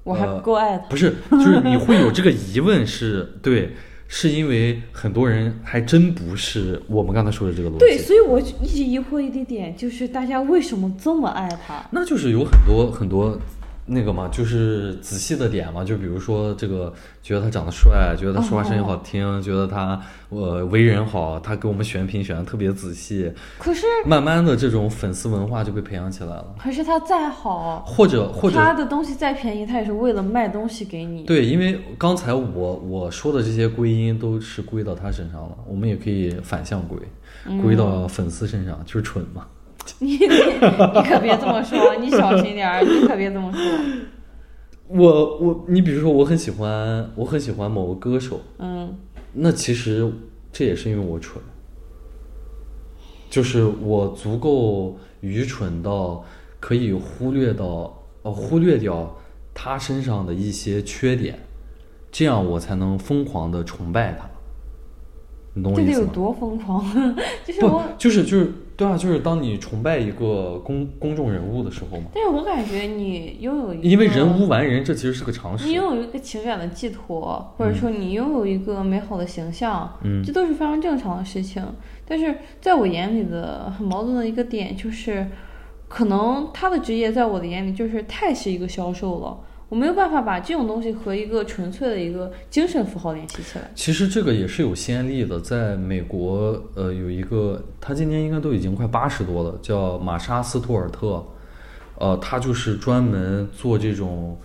S2: 我还
S1: 呃
S2: 不够爱他，
S1: 不是，就是你会有这个疑问是，对，是因为很多人还真不是我们刚才说的这个逻辑。
S2: 对，所以我就一直疑惑一点点，就是大家为什么这么爱他？
S1: 那就是有很多很多那个嘛，就是仔细的点嘛，就比如说这个，觉得他长得帅，觉得他说话声音好听，
S2: 哦
S1: 觉得他呃为人好，他给我们选品选的特别仔细，
S2: 可是
S1: 慢慢的这种粉丝文化就被培养起来了，
S2: 可是他再好，
S1: 或者或者
S2: 他的东西再便宜，他也是为了卖东西给你。
S1: 对，因为刚才我我说的这些归因都是归到他身上了，我们也可以反向归，归到粉丝身上，就是蠢嘛。
S2: 你你你可别这 么说，你小心点儿，你可别这么说。
S1: 我我你比如说，我很喜欢我很喜欢某个歌手，
S2: 嗯，
S1: 那其实这也是因为我蠢，就是我足够愚蠢到可以忽略到呃忽略掉他身上的一些缺点，这样我才能疯狂的崇拜他。你懂我
S2: 这
S1: 意
S2: 得
S1: 思
S2: 有
S1: 吗？
S2: 多疯狂？啊就是
S1: 不
S2: 我，，
S1: 就是就是对啊，就是当你崇拜一个公公众人物的时候嘛，
S2: 但是我感觉你拥有一个，
S1: 因为人无完人，这其实是个常识
S2: 你。拥有一个情感的寄托，或者说你拥有一个美好的形象，
S1: 嗯
S2: 这都是非常正常的事情。但是在我眼里的很矛盾的一个点就是，可能他的职业在我的眼里就是太是一个销售了，我没有办法把这种东西和一个纯粹的一个精神符号联系起来。
S1: 其实这个也是有先例的，在美国，呃，有一个他今年应该都已经快八十多了，叫玛莎·斯图尔特，呃，他就是专门做这种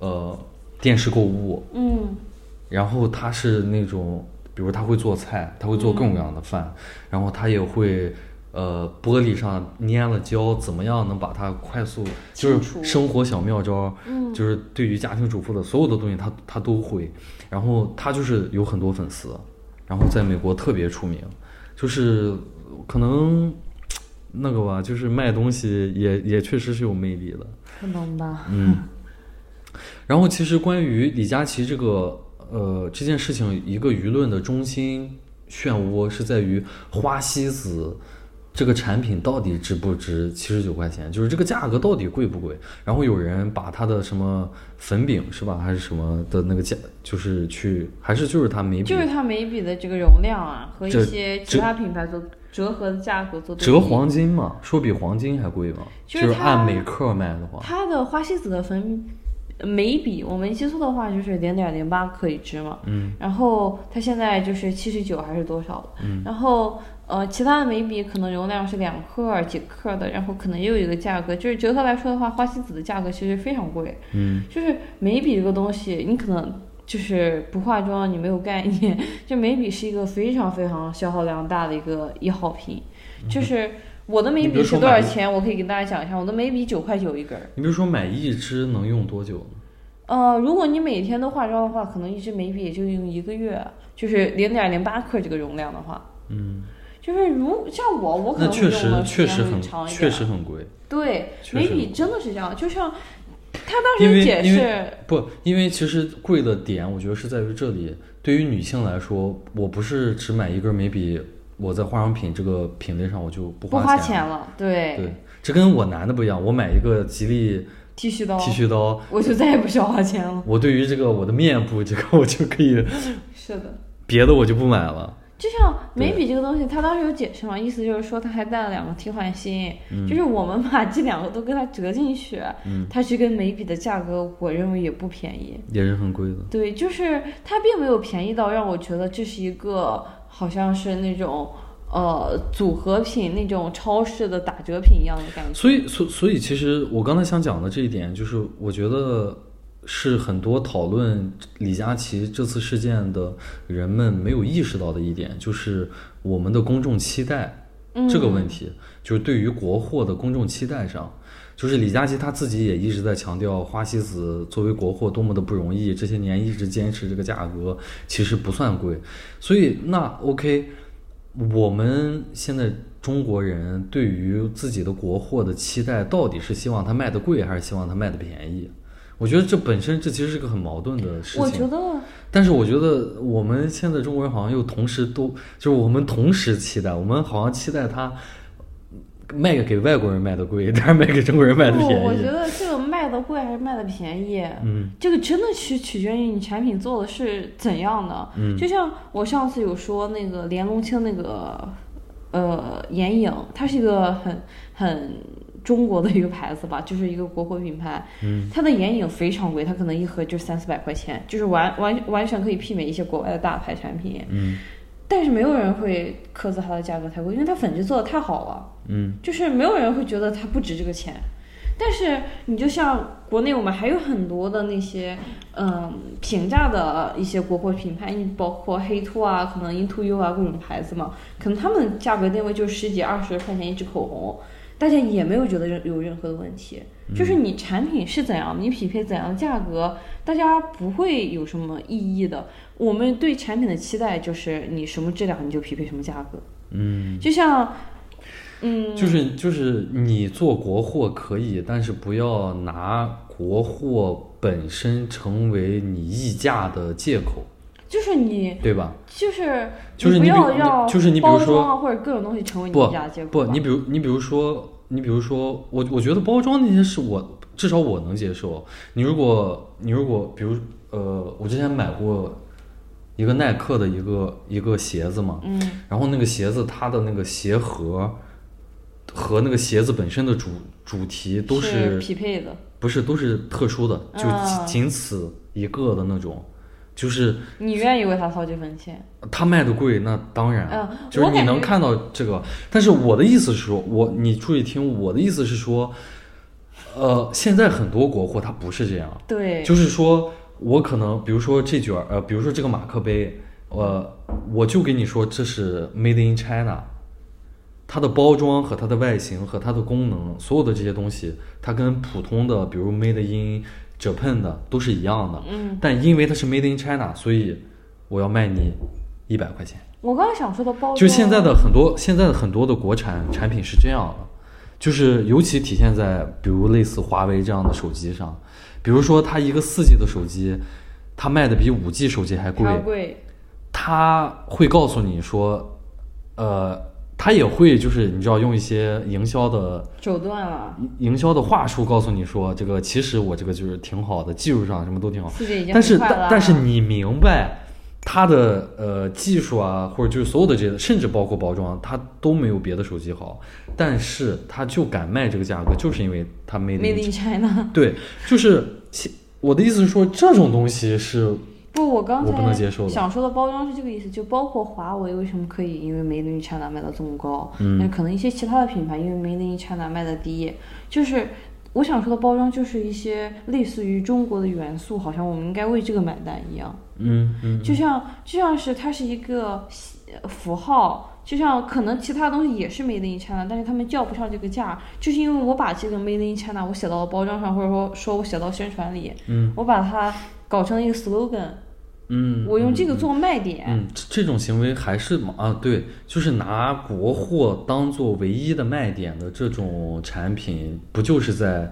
S1: 呃电视购物，
S2: 嗯
S1: 然后他是那种，比如他会做菜，他
S2: 嗯
S1: 会做各种各样的饭，然后他也会，呃，玻璃上粘了胶，怎么样能把它快速，就
S2: 清
S1: 是
S2: 除
S1: 生活小妙招，
S2: 嗯
S1: 就是对于家庭主妇的所有的东西他，他都会。然后他就是有很多粉丝，然后在美国特别出名，就是可能那个吧，就是卖东西也也确实是有魅力的。
S2: 可能吧。
S1: 嗯，然后其实关于李佳琦这个呃这件事情，一个舆论的中心漩涡是在于花西子这个产品到底值不值七十九块钱，就是这个价格到底贵不贵？然后有人把它的什么粉饼是吧，还是什么的那个价，就是去还是就是它眉笔
S2: 就是它眉笔的这个容量啊，和一
S1: 这
S2: 些其他品牌做折合的价格做对
S1: 折
S2: 比
S1: 黄金嘛，说比黄金还贵嘛，就
S2: 就是是
S1: 按
S2: 它
S1: 每克卖的话，
S2: 它的花西子的粉呃眉笔，我没记错的话就是零点零八克一支嘛。
S1: 嗯。
S2: 然后它现在就是七十九还是多少的？嗯。然后呃，其他的眉笔可能容量是两克儿几克儿的，然后可能也有一个价格，就是折合来说的话，花西子的价格其实非常贵。
S1: 嗯，
S2: 就是眉笔这个东西，你可能。就是不化妆，你没有概念。就眉笔是一个非常非常消耗量大的一个一号品，就是我的
S1: 嗯
S2: 眉
S1: 你比如
S2: 笔是
S1: 说
S2: 多
S1: 买
S2: 少
S1: 一
S2: 钱？我可以给大家讲一下，我的眉笔九块九一根儿。
S1: 你比如说买一支能用多久呢？
S2: 呃，如果你每天都化妆的话，可能一支眉笔也就用一个月，就是零点零八克这个容量的话，
S1: 嗯，
S2: 就是如像我，我可
S1: 那
S2: 能
S1: 确
S2: 会用
S1: 实
S2: 的
S1: 确
S2: 时
S1: 实
S2: 间
S1: 很
S2: 会长一点。
S1: 确实很贵。
S2: 对，
S1: 确
S2: 眉
S1: 实
S2: 笔真的是这样，就像他
S1: 因
S2: 当
S1: 为
S2: 时解
S1: 因为
S2: 释，
S1: 不，因为其实贵的点，我觉得是在于这里。对于女性来说，我不是只买一根眉笔，我在化妆品这个品类上我就不
S2: 不
S1: 花
S2: 花
S1: 钱
S2: 钱
S1: 了。
S2: 了，对
S1: 对，这跟我男的不一样，我买一个吉利
S2: 剃须刀，
S1: 剃须刀，
S2: 哦我就再也不需要花钱了。
S1: 我对于这个我的面部这个 我就可以，
S2: 是的。
S1: 别的我就不买了。
S2: 就像
S1: 对
S2: 眉笔这个东西，它当时有解释嘛，意思就是说它还带了两个替换芯，就是我们把这两个都给它折进去，
S1: 嗯
S2: 它这根眉笔的价格，我认为也不便宜。
S1: 也是很贵的。
S2: 对，就是它并没有便宜到让我觉得这是一个好像是那种呃组合品那种超市的打折品一样的感觉。
S1: 所以，所所以，其实我刚才想讲的这一点，就是我觉得是很多讨论李佳琦这次事件的人们没有意识到的一点，就是我们的公众期待
S2: 嗯
S1: 这个问题，就是对于国货的公众期待上。就是李佳琦他自己也一直在强调花西子作为国货多么的不容易，这些年一直坚持这个价格，其实不算贵。所以那 OK，我们现在中国人对于自己的国货的期待，到底是希望它卖的贵，还是希望它卖的便宜？我觉得这本身这其实是个很矛盾的事
S2: 我觉
S1: 情。
S2: 得
S1: 但是我觉得我们现在中国人好像又同时都就是我们同时期待，我们好像期待它卖给外国人卖的贵，但是卖给中国人卖的
S2: 不，
S1: 便宜。
S2: 我觉得这个卖的贵还是卖的便宜，
S1: 嗯，
S2: 这个真的是取决于你产品做的是怎样的。
S1: 嗯
S2: 就像我上次有说那个连龙清那个呃眼影，它是一个很很中国的一个牌子吧，就是一个国货品牌。
S1: 嗯，
S2: 它的眼影非常贵，它可能一盒就三四百块钱，就是完完完全可以媲美一些国外的大牌产品。
S1: 嗯
S2: 但是没有人会苛责它的价格太贵，因为它粉质做的太好了。
S1: 嗯
S2: 就是没有人会觉得它不值这个钱。但是你就像国内，我们还有很多的那些嗯平价的一些国货品牌，你包括黑兔啊，可能 Into You 啊各种牌子嘛，可能他们的价格定位就十几二十块钱一支口红，大家也没有觉得任有任何的问题。就是你产品是怎样的，你匹配怎样的价格，大家不会有什么异议的。我们对产品的期待就是你什么质量你就匹配什么价格，
S1: 嗯，
S2: 就像嗯
S1: 就是就是你做国货可以，但是不要拿国货本身成为你议价的借口，
S2: 就是你
S1: 对吧？
S2: 就是
S1: 就是
S2: 你不
S1: 你比
S2: 要要
S1: 就是你比如
S2: 包
S1: 说
S2: 装啊，或者各种东西成为你
S1: 不
S2: 的压结
S1: 不，
S2: 果吧。
S1: 你比如你比如说，你比如说，我我觉得包装那些事我，至少我能接受。你如果你如果比如呃，我之前买过一个耐克的一个一个鞋子嘛，
S2: 嗯，
S1: 然后那个鞋子它的那个鞋盒和那个鞋子本身的主主题都
S2: 是
S1: 是
S2: 匹配的。
S1: 不是都是特殊的，就
S2: 啊
S1: 仅仅此一个的那种，就是
S2: 你愿意为他掏这份钱？
S1: 它卖的贵，那当然，
S2: 嗯
S1: 啊就是
S2: 我
S1: 你
S2: 感
S1: 能
S2: 觉
S1: 看到这个。但是我的意思是说，我你注意听，我的意思是说，呃，现在很多国货它不是这样，
S2: 对，
S1: 就是说我可能比如说这卷儿，呃，比如说这个马克杯，呃，我就跟你说这是 Made in China，它的包装和它的外形和它的功能，所有的这些东西，它跟普通的比如 Made in Japan 的都是一样的，
S2: 嗯，
S1: 但因为它是 Made in China，所以我要卖你一百块钱。
S2: 我刚刚想说的包装，
S1: 就现在的很多现在的很多的国产产品是这样的，就是尤其体现在比如类似华为这样的手机上，比如说它一个四 G 的手机，它卖的比五 G 手机还贵
S2: 还，要贵，
S1: 他会告诉你说，呃，他也会就是你知道用一些营销的
S2: 手段了，
S1: 营销的话术告诉你说，这个其实我这个就是挺好的，技术上什么都挺好，
S2: 四 G 已经
S1: 哦但是
S2: 很快
S1: 但
S2: 了。啊
S1: 但是你明白它的呃技术啊，或者就是所有的这些，甚至包括包装，它都没有别的手机好，但是它就敢卖这个价格，就是因为它 made in
S2: Made in China，
S1: China 对，就是其我的意思是说，这种东西是
S2: 不，我刚
S1: 我不能
S2: 才
S1: 接受的
S2: 想说的包装是这个意思，就包括华为为什么可以因为 Made in China 卖的这么高，
S1: 嗯
S2: 那可能一些其他的品牌因为 Made in China 卖的低，就是我想说的包装就是一些类似于中国的元素，好像我们应该为这个买单一样。
S1: 嗯嗯
S2: 就像就像是它是一个呃符号，就像可能其他东西也是 Made in China，但是他们叫不上这个价，就是因为我把这个 Made in China 我写到了包装上，或者说说我写到宣传里，
S1: 嗯
S2: 我把它搞成了一个 slogan，
S1: 嗯，
S2: 我用
S1: 嗯
S2: 这个做卖点。
S1: 嗯，这这种行为还是嘛啊，对，就是拿国货当做唯一的卖点的这种产品，不就是在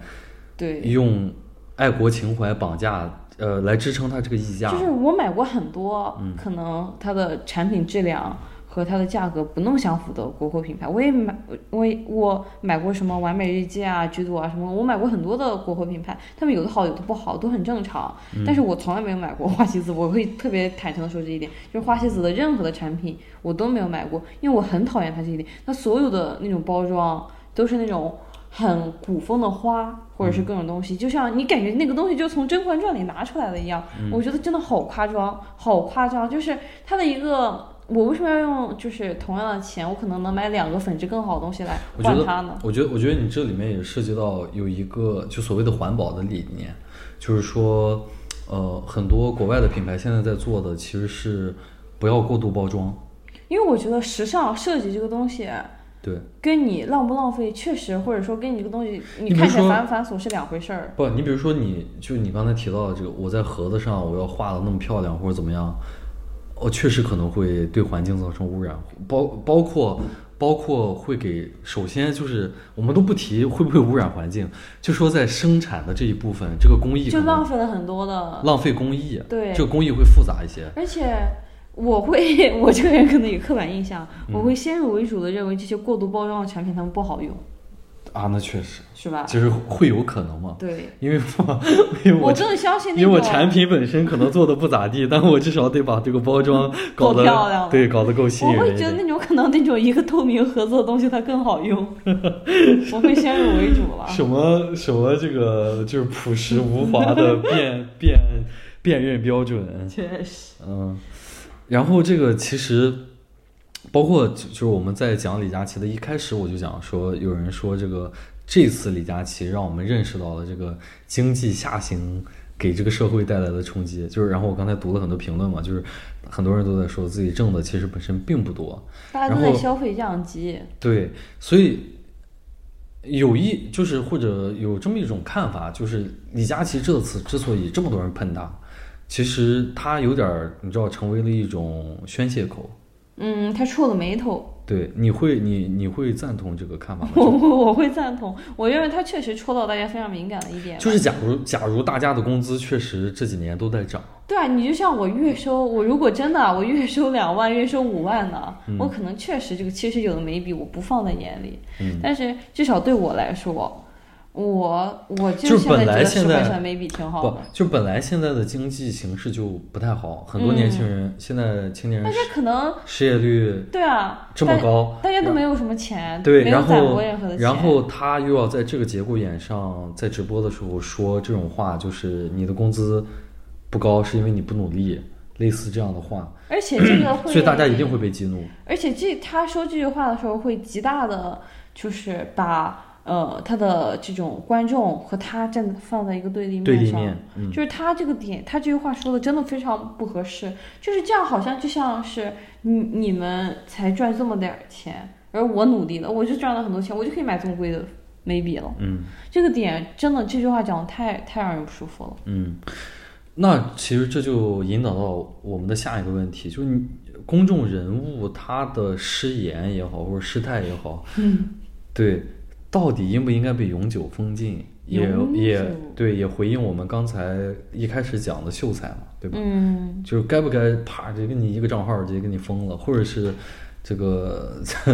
S2: 对，
S1: 用爱国情怀绑架呃来支撑它这个溢价吗？
S2: 就是我买过很多，可能它的产品质量。和它的价格不那么相符的国货品牌，我也买，我也我买过什么完美日记啊、橘朵啊什么，我买过很多的国货品牌，他们有的好，有的不好，都很正常。但是我从来没有买过花西子，我会特别坦诚的说这一点，就是花西子的任何的产品我都没有买过，因为我很讨厌它这一点。它所有的那种包装都是那种很古风的花，或者
S1: 嗯
S2: 是各种东西，就像你感觉那个东西就从《甄嬛传》里拿出来的一样，
S1: 嗯
S2: 我觉得真的好夸张，好夸张，就是它的一个。我为什么要用就是同样的钱，我可能能买两个品质更好的东西来
S1: 我觉
S2: 换
S1: 得
S2: 它呢？
S1: 我觉得，我觉得你这里面也涉及到有一个就所谓的环保的理念，就是说，呃，很多国外的品牌现在在做的其实是不要过度包装，
S2: 因为我觉得时尚设计这个东西，
S1: 对，
S2: 跟你浪不浪费，确实，或者说跟你这个东西，
S1: 你比
S2: 你
S1: 如
S2: 看起来
S1: 说
S2: 繁不繁琐是两回事儿。
S1: 不，你比如说你，就你刚才提到的这个，我在盒子上我要画的那么漂亮或者怎么样，哦，确实可能会对环境造成污染，包包括包括会给，首先就是我们都不提会不会污染环境，就说在生产的这一部分，这个工艺可
S2: 就
S1: 能
S2: 浪费了很多的，
S1: 浪费工艺，
S2: 对
S1: 这个工艺会复杂一些，
S2: 而且我会， 我这个人可能有刻板印象，
S1: 嗯
S2: 我会先入为主的认为这些过度包装的产品它们不好用，
S1: 啊，那确实，
S2: 是吧？
S1: 就是会有可能嘛，
S2: 对，
S1: 因为我因为我
S2: 我真的相信那
S1: 因为我
S2: 种
S1: 产品本身可能做的不咋地，但我至少得把这个包装搞
S2: 够
S1: 得
S2: 漂亮
S1: 对，搞得够吸
S2: 我
S1: 引人
S2: 会
S1: 一
S2: 觉得
S1: 点。
S2: 那种可能那种一个透明盒子的东西它更好用， 我会先入为主了。
S1: 什么什么这个就是朴实无华的辨辨辨认标准，
S2: 确实，
S1: 嗯，然后这个其实包括就就是我们在讲李佳琦的一开始我就讲说，有人说这个这次李佳琦让我们认识到了这个经济下行给这个社会带来的冲击，就是然后我刚才读了很多评论嘛，就是很多人都在说自己挣的其实本身并不多，
S2: 大家
S1: 然
S2: 都在
S1: 后
S2: 消费降级，
S1: 对，所以有一就是或者有这么一种看法，就是李佳琦这次之所以这么多人喷他，其实他有点儿你知道成为了一种宣泄口，
S2: 嗯，他触了眉头，
S1: 对，你会你你会赞同这个看法吗？
S2: 我我我会赞同，我认为它确实戳到大家非常敏感的一点。
S1: 就是假如假如大家的工资确实这几年都在涨，
S2: 对啊，你就像我月收，我如果真的啊我月收两万，月收五万呢，我可能确实这个七十九的眉笔我不放在眼里，
S1: 嗯
S2: 但是至少对我来说，我我
S1: 就
S2: 就是现在
S1: 本
S2: 觉
S1: 来
S2: 得十
S1: 现在
S2: 块钱眉笔挺好
S1: 不
S2: 的。
S1: 就本来现在的经济形势就不太好，很多
S2: 嗯
S1: 年轻人、现在青年
S2: 大
S1: 人
S2: 家
S1: 失
S2: 可能
S1: 失业率
S2: 对啊，
S1: 这么
S2: 大
S1: 高，
S2: 大家都没有什么钱，
S1: 对，
S2: 没有
S1: 然
S2: 攒过
S1: 后
S2: 任何的钱，
S1: 然后他又要在这个节骨眼上，在直播的时候说这种话，就是你的工资不高是因为你不努力，类似这样的话，
S2: 而且这 个会，
S1: 所以大家一定会被激怒。
S2: 而且这他说这句话的时候，会极大的就是把呃他的这种观众和他站放在一个对立面
S1: 对立
S2: 上。
S1: 面，嗯，
S2: 就是他这个点，他这句话说的真的非常不合适。就是这样，好像就像是你你们才赚这么点儿钱，而我努力了，我就赚了很多钱，我就可以买这么贵的眉笔了。
S1: 嗯
S2: 这个点真的，这句话讲的太太让人不舒服了。
S1: 嗯，那其实这就引导到我们的下一个问题，就是你公众人物他的失言也好，或者失态也好，
S2: 嗯
S1: 对，到底应不应该被永久封禁？也
S2: 永久
S1: 也对，也回应我们刚才一开始讲的秀才嘛，对吧？
S2: 嗯，
S1: 就是该不该啪直接给你一个账号直接给你封了，或者是这个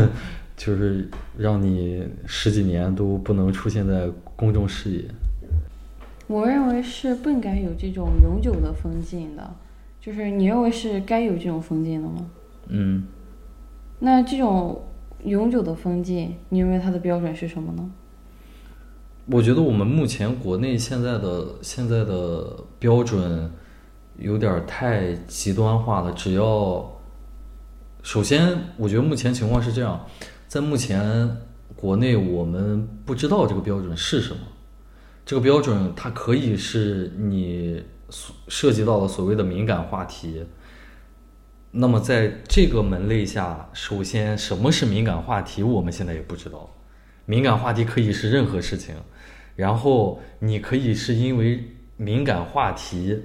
S1: 就是让你十几年都不能出现在公众视野。
S2: 我认为是不应该有这种永久的封禁的，就是你认为是该有这种封禁的吗？
S1: 嗯，
S2: 那这种永久的封禁，你认为它的标准是什么呢？
S1: 我觉得我们目前国内现在的现在的标准有点儿太极端化了。只要首先，我觉得目前情况是这样，在目前国内我们不知道这个标准是什么。这个标准它可以是你所涉及到的所谓的敏感话题。那么在这个门类下，首先什么是敏感话题，我们现在也不知道。敏感话题可以是任何事情，然后你可以是因为敏感话题，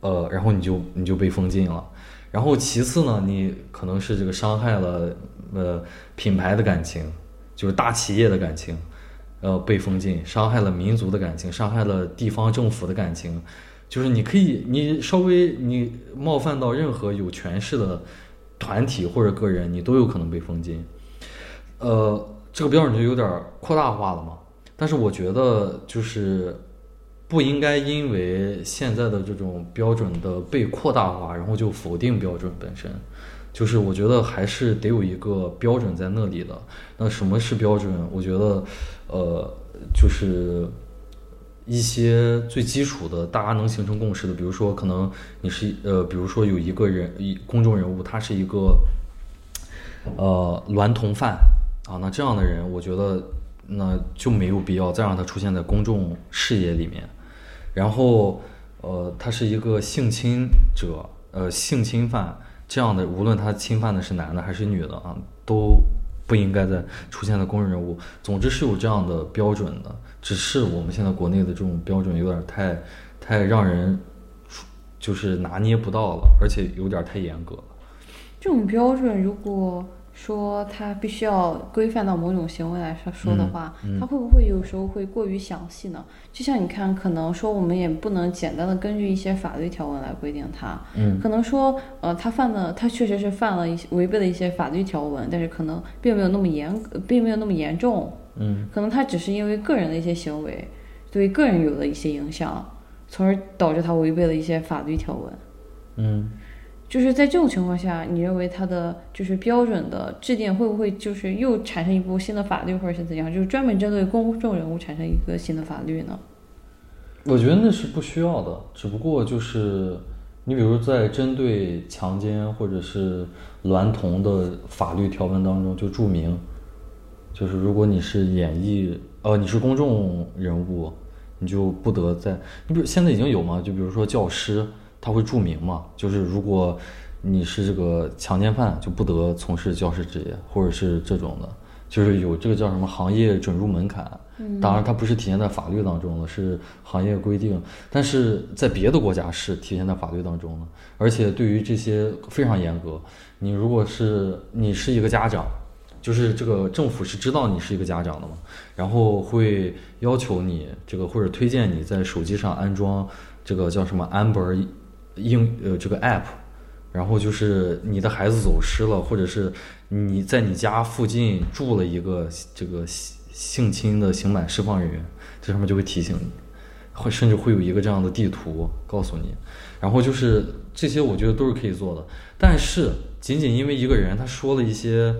S1: 呃，然后你就你就被封禁了。然后其次呢，你可能是这个伤害了呃品牌的感情，就是大企业的感情，呃被封禁，伤害了民族的感情，伤害了地方政府的感情，就是你可以你稍微你冒犯到任何有权势的团体或者个人，你都有可能被封禁。呃，这个标准就有点儿扩大化了嘛。但是我觉得就是不应该因为现在的这种标准的被扩大化，然后就否定标准本身。就是我觉得还是得有一个标准在那里的。那什么是标准？我觉得，呃，就是一些最基础的，大家能形成共识的，比如说可能你是呃，比如说有一个人，一公众人物，他是一个呃娈童犯啊，那这样的人，我觉得那就没有必要再让他出现在公众视野里面。然后，呃，他是一个性侵者，呃，性侵犯这样的，无论他侵犯的是男的还是女的啊，都不应该再出现在公众人物。总之是有这样的标准的，只是我们现在国内的这种标准有点太太让人就是拿捏不到了，而且有点太严格了。
S2: 这种标准，如果说它必须要规范到某种行为来说说
S1: 嗯
S2: 的话，它会不会有时候会过于详细呢？就像你看，可能说我们也不能简单的根据一些法律条文来规定它，
S1: 嗯
S2: 可能说呃，他犯的他确实是犯了一些违背了一些法律条文，但是可能并没有那么严，呃并没有那么严重，
S1: 嗯，
S2: 可能他只是因为个人的一些行为对个人有了一些影响，从而导致他违背了一些法律条文。
S1: 嗯，
S2: 就是在这种情况下，你认为它的就是标准的制定会不会就是又产生一部新的法律，或者是怎样，就是专门针对公众人物产生一个新的法律呢？
S1: 我觉得那是不需要的，只不过就是你比如在针对强奸或者是娈童的法律条文当中就注明，就是如果你是演艺呃你是公众人物，你就不得在你比如现在已经有嘛，就比如说教师他会注明嘛，就是如果你是这个强奸犯，就不得从事教师职业或者是这种的，就是有这个叫什么行业准入门槛。当然，它不是体现在法律当中了，是行业规定。但是在别的国家是体现在法律当中的，而且对于这些非常严格。你如果是你是一个家长，就是这个政府是知道你是一个家长的嘛，然后会要求你这个或者推荐你在手机上安装这个叫什么 Amber 应呃这个 app，然后就是你的孩子走失了，或者是你在你家附近住了一个这个性性侵的刑满释放人员，这上面就会提醒你，会甚至会有一个这样的地图告诉你，然后就是这些我觉得都是可以做的，但是仅仅因为一个人他说了一些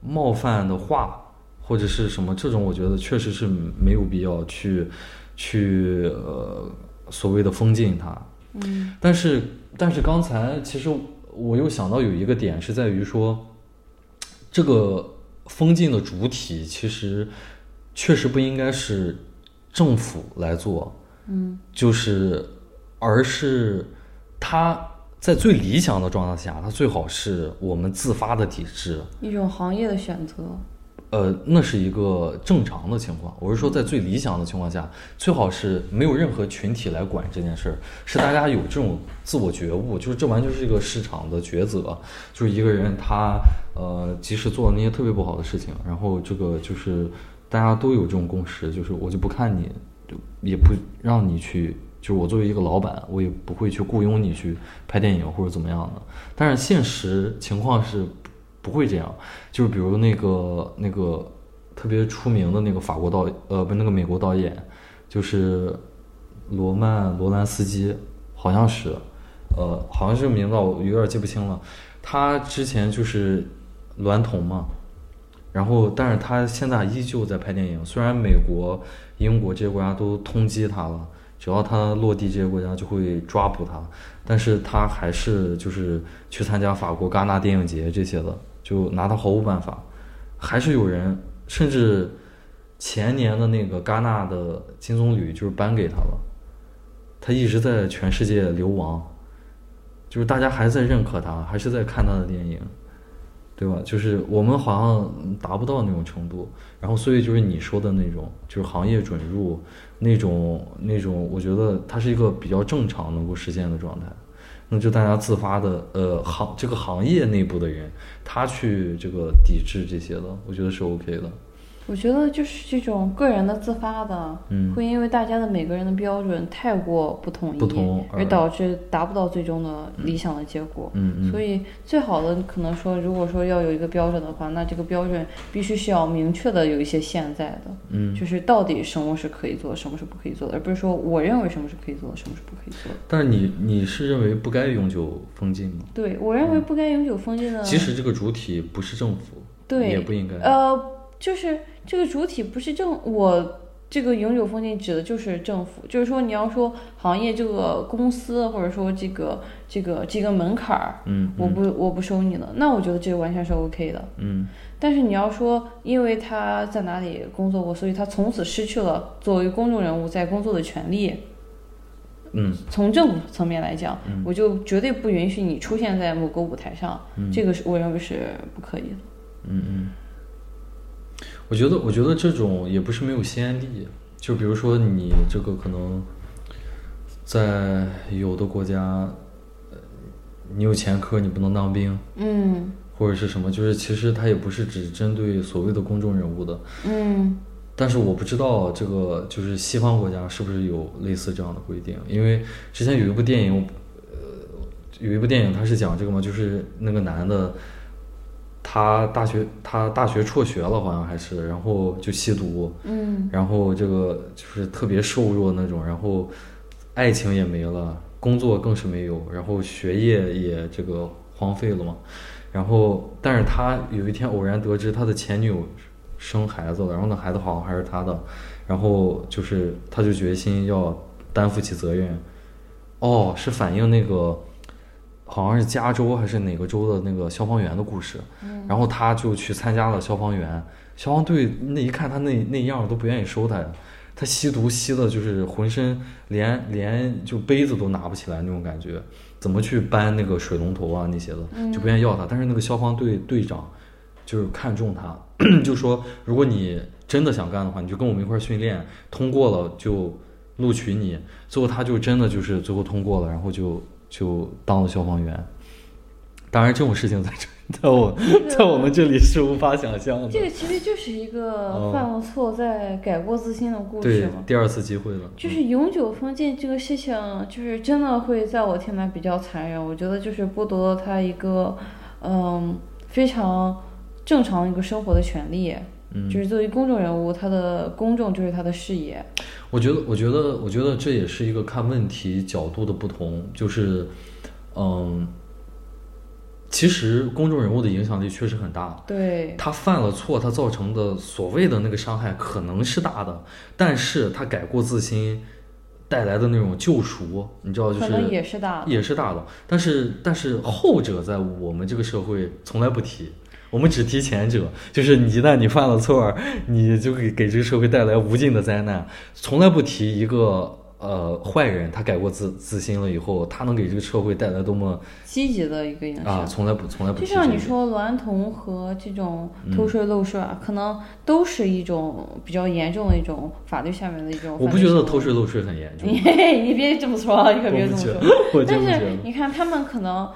S1: 冒犯的话或者是什么这种，我觉得确实是没有必要去去呃所谓的封禁他，
S2: 嗯
S1: 但是，但是刚才其实我又想到有一个点是在于说，这个封禁的主体其实确实不应该是政府来做，
S2: 嗯
S1: 就是而是它在最理想的状态下，它最好是我们自发的抵制。
S2: 一种行业的选择，
S1: 呃，那是一个正常的情况。我是说，在最理想的情况下，最好是没有任何群体来管这件事儿，是大家有这种自我觉悟，就是这完全是一个市场的抉择，就是一个人他呃，即使做了那些特别不好的事情，然后这个就是大家都有这种共识，就是我就不看你，就也不让你去。就是我作为一个老板，我也不会去雇佣你去拍电影或者怎么样的。但是现实情况是不会这样，就是比如那个那个特别出名的那个法国导呃不那个美国导演，就是罗曼罗兰斯基，好像是，呃好像是名字我有点记不清了。他之前就是娈童嘛，然后但是他现在依旧在拍电影，虽然美国、英国这些国家都通缉他了。只要他落地这些国家就会抓捕他，但是他还是就是去参加法国戛纳电影节这些的，就拿他毫无办法。还是有人，甚至前年的那个戛纳的金棕榈就是颁给他了，他一直在全世界流亡，就是大家还在认可他，还是在看他的电影，对吧？就是我们好像达不到那种程度，然后所以就是你说的那种，就是行业准入那种那种，我觉得它是一个比较正常能够实现的状态。那就大家自发的，呃，行这个行业内部的人，他去这个抵制这些的，我觉得是 OK 的。
S2: 我觉得就是这种个人的自发的，
S1: 嗯
S2: 会因为大家的每个人的标准太过不统一，
S1: 不同而
S2: 而导致达不到最终的理想的结果。
S1: 嗯嗯。
S2: 所以最好的可能说，如果说要有一个标准的话，那这个标准必须是要明确的有一些限在的，
S1: 嗯
S2: 就是到底什么是可以做，什么是不可以做的，而不是说我认为什么是可以做的，什么是不可以做的。
S1: 但是你你是认为不该永久封禁吗？
S2: 对我认为
S1: 嗯
S2: 不该永久封禁的，
S1: 即使这个主体不是政府，
S2: 呃对
S1: 也不应该。
S2: 呃，就是这个主体不是政，我这个永久封禁指的就是政府，就是说你要说行业这个公司或者说这个这个这个门槛儿，
S1: 嗯
S2: 我不我不收你了，那我觉得这个完全是 OK 的。
S1: 嗯
S2: 但是你要说，因为他在哪里工作过，所以他从此失去了作为公众人物在工作的权利。
S1: 嗯
S2: 从政府层面来讲，
S1: 嗯
S2: 我就绝对不允许你出现在某个舞台上，
S1: 嗯
S2: 这个是我认为是不可以的。
S1: 嗯嗯。我觉得我觉得这种也不是没有先例，就比如说你这个可能在有的国家，呃你有前科你不能当兵。
S2: 嗯
S1: 或者是什么，就是其实它也不是只针对所谓的公众人物的，
S2: 嗯
S1: 但是我不知道这个就是西方国家是不是有类似这样的规定，因为之前有一部电影，呃，有一部电影它是讲这个嘛，就是那个男的，他大学他大学辍学了好像还是，然后就吸毒，
S2: 嗯
S1: 然后这个就是特别瘦弱那种，然后爱情也没了，工作更是没有，然后学业也这个荒废了嘛。然后，但是他有一天偶然得知他的前女友生孩子了，然后那孩子好像还是他的，然后就是他就决心要担负起责任。哦，是反映那个好像是加州还是哪个州的那个消防员的故事。然后他就去参加了消防员，消防队那一看他那那样儿都不愿意收他呀，他吸毒吸的就是浑身连连就杯子都拿不起来那种感觉，怎么去搬那个水龙头啊那些的就不愿意要他，但是那个消防队队长就是看中他， 就说如果你真的想干的话，你就跟我们一块儿训练，通过了就录取你。最后他就真的就是最后通过了，然后就就当了消防员。当然这种事情在这在 我 在我们这里是无法想象的。
S2: 这个其实就是一个犯了错再改过自新的故事
S1: 哦对
S2: 嘛，。
S1: 第二次机会了，
S2: 就是永久封禁这个事情，就是真的会在我听来比较残忍。我觉得就是剥夺了他一个，嗯，非常正常的一个生活的权利。
S1: 嗯
S2: 就是作为公众人物，他的公众就是他的视野。
S1: 我觉得，我觉得，我觉得这也是一个看问题角度的不同，就是，嗯，其实公众人物的影响力确实很大，
S2: 对，
S1: 他犯了错，他造成的所谓的那个伤害可能是大的，但是他改过自新带来的那种救赎，你知哦道，就
S2: 可能
S1: 是
S2: 也是大的。
S1: 也是大的，但是但是后者在我们这个社会从来不提。我们只提前者，就是你一旦你犯了错儿，你就给给这个社会带来无尽的灾难，从来不提一个呃坏人，他改过自自新了以后，他能给这个社会带来多么
S2: 积极的一个影响。
S1: 啊，从来不从来不
S2: 就
S1: 提这
S2: 像你
S1: 个嗯
S2: 说娈童和这种偷税漏税啊，可能都是一种比较严重的一种法律下面的一种。
S1: 我不觉得偷。税漏税很严重，
S2: 你 你别这么说，啊你可别
S1: 我不
S2: 这么
S1: 觉得。，
S2: 说
S1: 我
S2: 但
S1: 真不觉
S2: 是
S1: 得。
S2: 你看，他们可能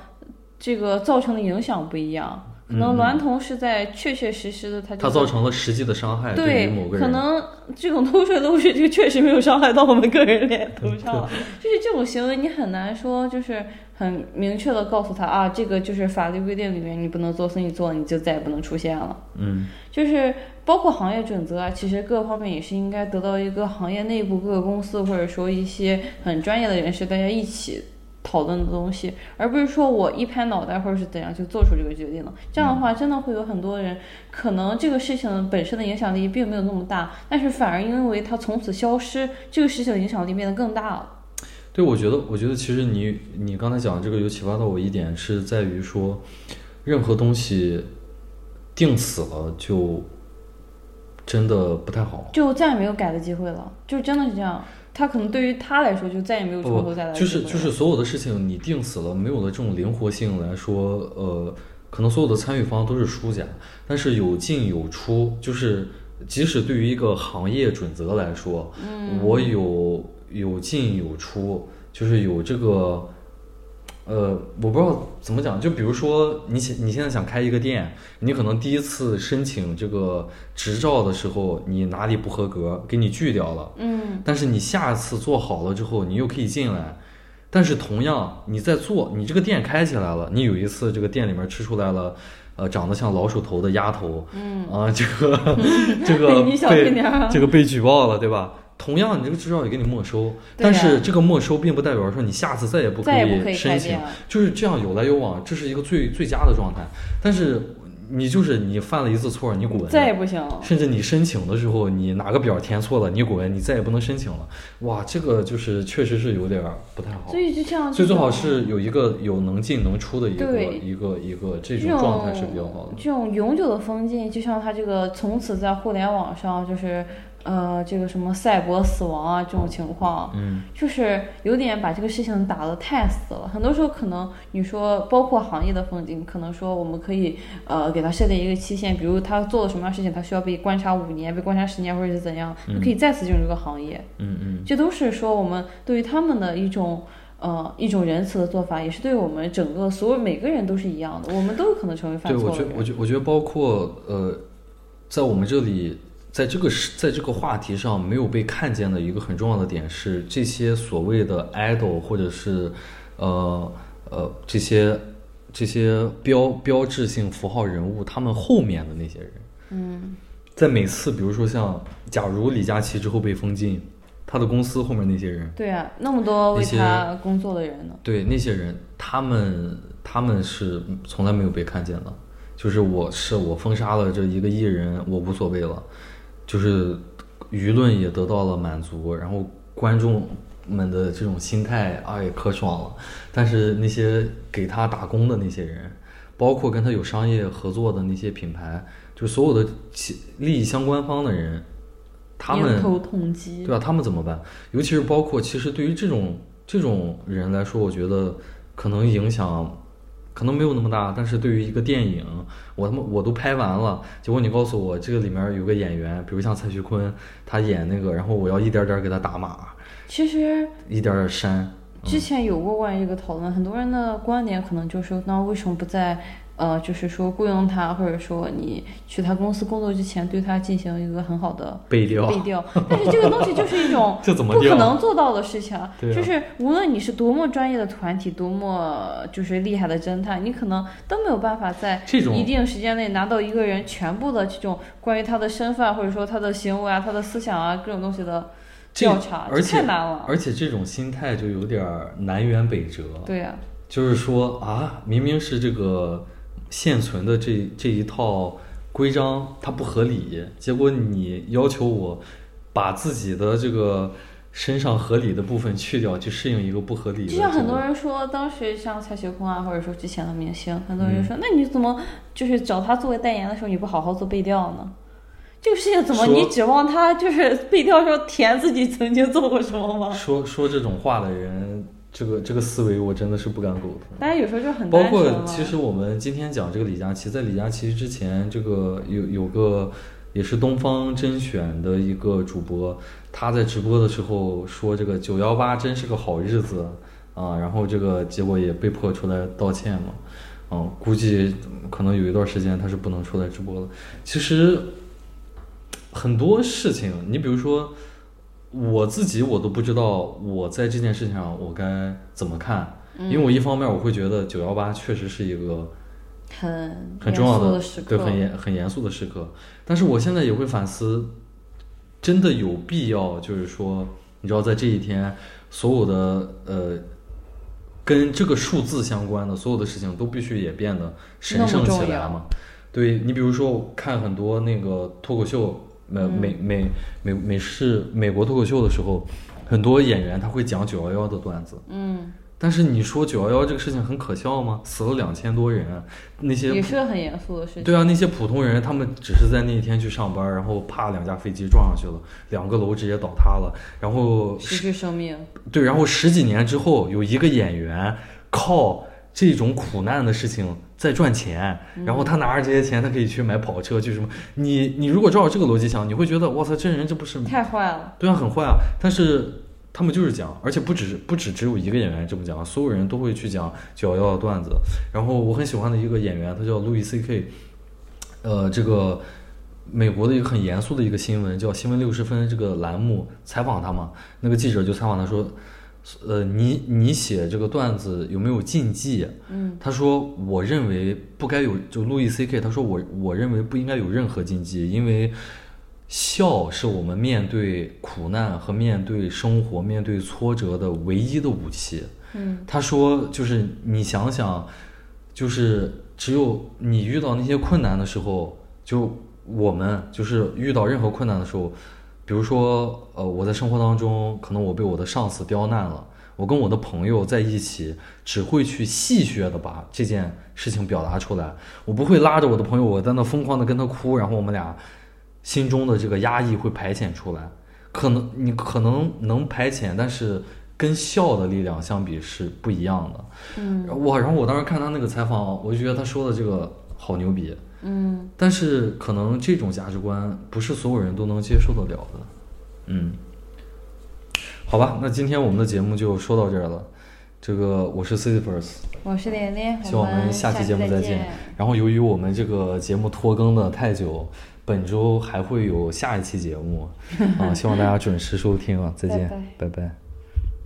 S2: 这个造成的影响不一样，可能娈童是在确确实实的，他就
S1: 它嗯造成了实际的伤害于
S2: 对
S1: 某个，
S2: 可
S1: 人。
S2: 能这种偷税漏税就确实没有伤害到我们个人脸头上，就是这种行为你很难说就是很明确的告诉他啊，这个就是法律规定里面你不能做，所以你做了你就再也不能出现了。
S1: 嗯，
S2: 就是包括行业准则啊，其实各方面也是应该得到一个行业内部各个公司或者说一些很专业的人士大家一起讨论的东西，而不是说我一拍脑袋或者是怎样就做出这个决定了。这样的
S1: 嗯
S2: 话，真的会有很多人可能这个事情本身的影响力并没有那么大，但是反而因为它从此消失，这个事情的影响力变得更大了。
S1: 对，我觉得，我觉得其实你你刚才讲的这个有启发到我一点，是在于说，任何东西定死了就真的不太好。
S2: 就再也没有改的机会了，就真的是这样。他可能对于他来说，就再也没有
S1: 不
S2: 从头再来的
S1: 就
S2: 机
S1: 是
S2: 会了
S1: 就是所有的事情你定死了，没有了这种灵活性来说，呃，可能所有的参与方都是输家，但是有进有出，就是即使对于一个行业准则来说，
S2: 嗯
S1: 我有有进有出，就是有这个。呃，我不知道怎么讲，就比如说你想你现在想开一个店，你可能第一次申请这个执照的时候，你哪里不合格，给你拒掉了，
S2: 嗯，
S1: 但是你下次做好了之后，你又可以进来。但是同样，你在做，你这个店开起来了，你有一次这个店里面吃出来了，呃，长得像老鼠头的鸭头，嗯啊，这个这个
S2: 你小心
S1: 被
S2: 点儿啊
S1: 这个被举报了，对吧？同样，你这个执照也给你没收，
S2: 对呀
S1: 但是这个没收并不代表说你下次再也不可
S2: 再也不可以
S1: 申
S2: 改
S1: 请
S2: 变，了。
S1: 就是这样有来有往，这是一个最最佳的状态。但是你就是你犯了一次错，你滚，
S2: 再也不行了。
S1: 甚至你申请的时候，你哪个表填错了，你滚，你再也不能申请了。哇，这个就是确实是有点儿不太好
S2: 所，以就像
S1: 所以最好
S2: 这种
S1: 是有一个有能进能出的一个
S2: 对
S1: 一个一个这
S2: 这
S1: 种状态是比较好的。
S2: 这种永久的封禁，就像它这个从此在互联网上就是呃这个什么赛博死亡啊这种情况，
S1: 嗯，
S2: 就是有点把这个事情打得太死了。很多时候可能你说包括行业的封禁，可能说我们可以呃给他设定一个期限，比如他做了什么样的事情，他需要被观察五年、被观察十年或者是怎样，嗯就可以再次进入这个行业。
S1: 嗯嗯，
S2: 这都是说我们对于他们的一种呃一种仁慈的做法，也是对我们整个所有每个人都是一样的，我们都有可能成为犯
S1: 对，我觉
S2: 错的
S1: 得我
S2: 人。
S1: 觉得我觉得包括呃，在我们这里，在这个是在这个话题上没有被看见的一个很重要的点是，这些所谓的 idol 或者是呃呃这些这些标标志性符号人物，他们后面的那些人。
S2: 嗯，
S1: 在每次，比如说像，假如李佳琦之后被封禁，他的公司后面那些人，
S2: 对啊，那么多为
S1: 那些
S2: 他工作的人呢，
S1: 对那些人，他们他们是从来没有被看见的，就是我是我封杀了这一个艺人，我无所谓了，就是舆论也得到了满足，然后观众们的这种心态，哎，可爽了。但是那些给他打工的那些人，包括跟他有商业合作的那些品牌，就是所有的其利益相关方的人，他们
S2: 迎头痛击
S1: 对。吧？他们怎么办？尤其是包括，其实对于这种这种人来说，我觉得可能影响可能没有那么大，但是对于一个电影，我他妈我都拍完了，结果你告诉我这个里面有个演员，比如像蔡徐坤，他演那个，然后我要一点点给他打码，
S2: 其实
S1: 一点点删，
S2: 之前有过关于这个讨论，很多人的观点可能就是，那为什么不在呃，就是说雇佣他，或者说你去他公司工作之前，对他进行一个很好的
S1: 背调
S2: 背调。但是这个东西就是一种
S1: 这怎么
S2: 不可
S1: 调啊
S2: 能做到的事情啊，
S1: 对啊
S2: 就是无论你是多么专业的团体，多么就是厉害的侦探，你可能都没有办法在
S1: 这种
S2: 一定时间内拿到一个人全部的这种关于他的身份，或者说他的行为啊、他的思想啊各种东西的
S1: 这
S2: 调查，
S1: 而
S2: 这
S1: 且
S2: 太难了。
S1: 而且这种心态就有点儿南辕北辙，
S2: 对啊呀、
S1: 就是说啊，明明是这个现存的这这一套规章它不合理，结果你要求我把自己的这个身上合理的部分去掉，去适应一个不合理的、这
S2: 就
S1: 个。
S2: 像很多人说，当时像蔡徐坤啊，或者说之前的明星，很
S1: 嗯
S2: 多人就说，那你怎么就是找他作为代言的时候，你不好好做背调呢？这个事情怎么
S1: 说
S2: 你指望他就是背调时候填自己曾经做过什么吗？
S1: 说说这种话的人，这个这个思维我真的是不敢苟同。
S2: 大家有时候就很
S1: 包
S2: 单纯
S1: 括
S2: 了
S1: 其实我们今天讲这个李佳琦，在李佳琦之前，这个有有个也是东方甄选的一个主播，他在直播的时候说这个九幺八真是个好日子啊，然后这个结果也被迫出来道歉嘛，嗯、估计可能有一段时间他是不能出来直播了。其实很多事情，你比如说。我自己我都不知道我在这件事情上我该怎么看，因为我一方面我会觉得九幺八确实是一个
S2: 很
S1: 很重要
S2: 严肃
S1: 的
S2: 的时刻，
S1: 对很严很严肃的时刻，但是我现在也会反思，真的有必要就是说，你知道在这一天所有的呃跟这个数字相关的所有的事情都必须也变得神圣
S2: 那么
S1: 起
S2: 重
S1: 来
S2: 要
S1: 嘛。对你比如说我看很多那个脱口秀，呃美
S2: 嗯
S1: 美美美式美国脱口秀的时候，很多演员他会讲九幺幺的段子，
S2: 嗯，
S1: 但是你说九幺幺这个事情很可笑吗？死了两千多人，那
S2: 也
S1: 些
S2: 是个很严肃的事情。
S1: 对啊，那些普通人他们只是在那一天去上班，然后啪两架飞机撞上去了，两个楼直接倒塌了，然后
S2: 失去生命，
S1: 对，然后十几年之后有一个演员靠这种苦难的事情在赚钱，然后他拿着这些钱，他可以去买跑车，去什么？你你如果照这个逻辑想，你会觉得哇塞，这人这不是
S2: 太坏了。
S1: 对啊，很坏啊！但是他们就是讲，而且不只不只只有一个演员这么讲，啊所有人都会去讲九幺幺的段子。然后我很喜欢的一个演员，他叫路易 C K，呃，这个美国的一个很严肃的一个新闻叫《新闻六十分》这个栏目采访他嘛，那个记者就采访他说。呃，你你写这个段子有没有禁忌？啊
S2: 嗯，
S1: 他说我认为不该有，就路易 C K，他说我我认为不应该有任何禁忌，因为笑是我们面对苦难和面对生活、面对挫折的唯一的武器。
S2: 嗯，
S1: 他说，就是你想想，就是只有你遇到那些困难的时候，就我们就是遇到任何困难的时候，比如说，呃，我在生活当中，可能我被我的上司刁难了。我跟我的朋友在一起，只会去戏谑的把这件事情表达出来，我不会拉着我的朋友，我在那疯狂的跟他哭，然后我们俩心中的这个压抑会排遣出来。可能你可能能排遣，但是跟笑的力量相比是不一样的。
S2: 嗯
S1: 我然后我当时看他那个采访，我就觉得他说的这个好牛逼，
S2: 嗯，
S1: 但是可能这种价值观不是所有人都能接受得了的。嗯，好吧，那今天我们的节目就说到这儿了。这个我是 c i p e r s
S2: 我是莲莲，
S1: 希望我们下
S2: 下
S1: 期节目再
S2: 再
S1: 见。然后由于我们这个节目拖更的太久，本 周还会有下一期节目，啊、希望大家准时收听啊，再见，
S2: 拜
S1: 拜拜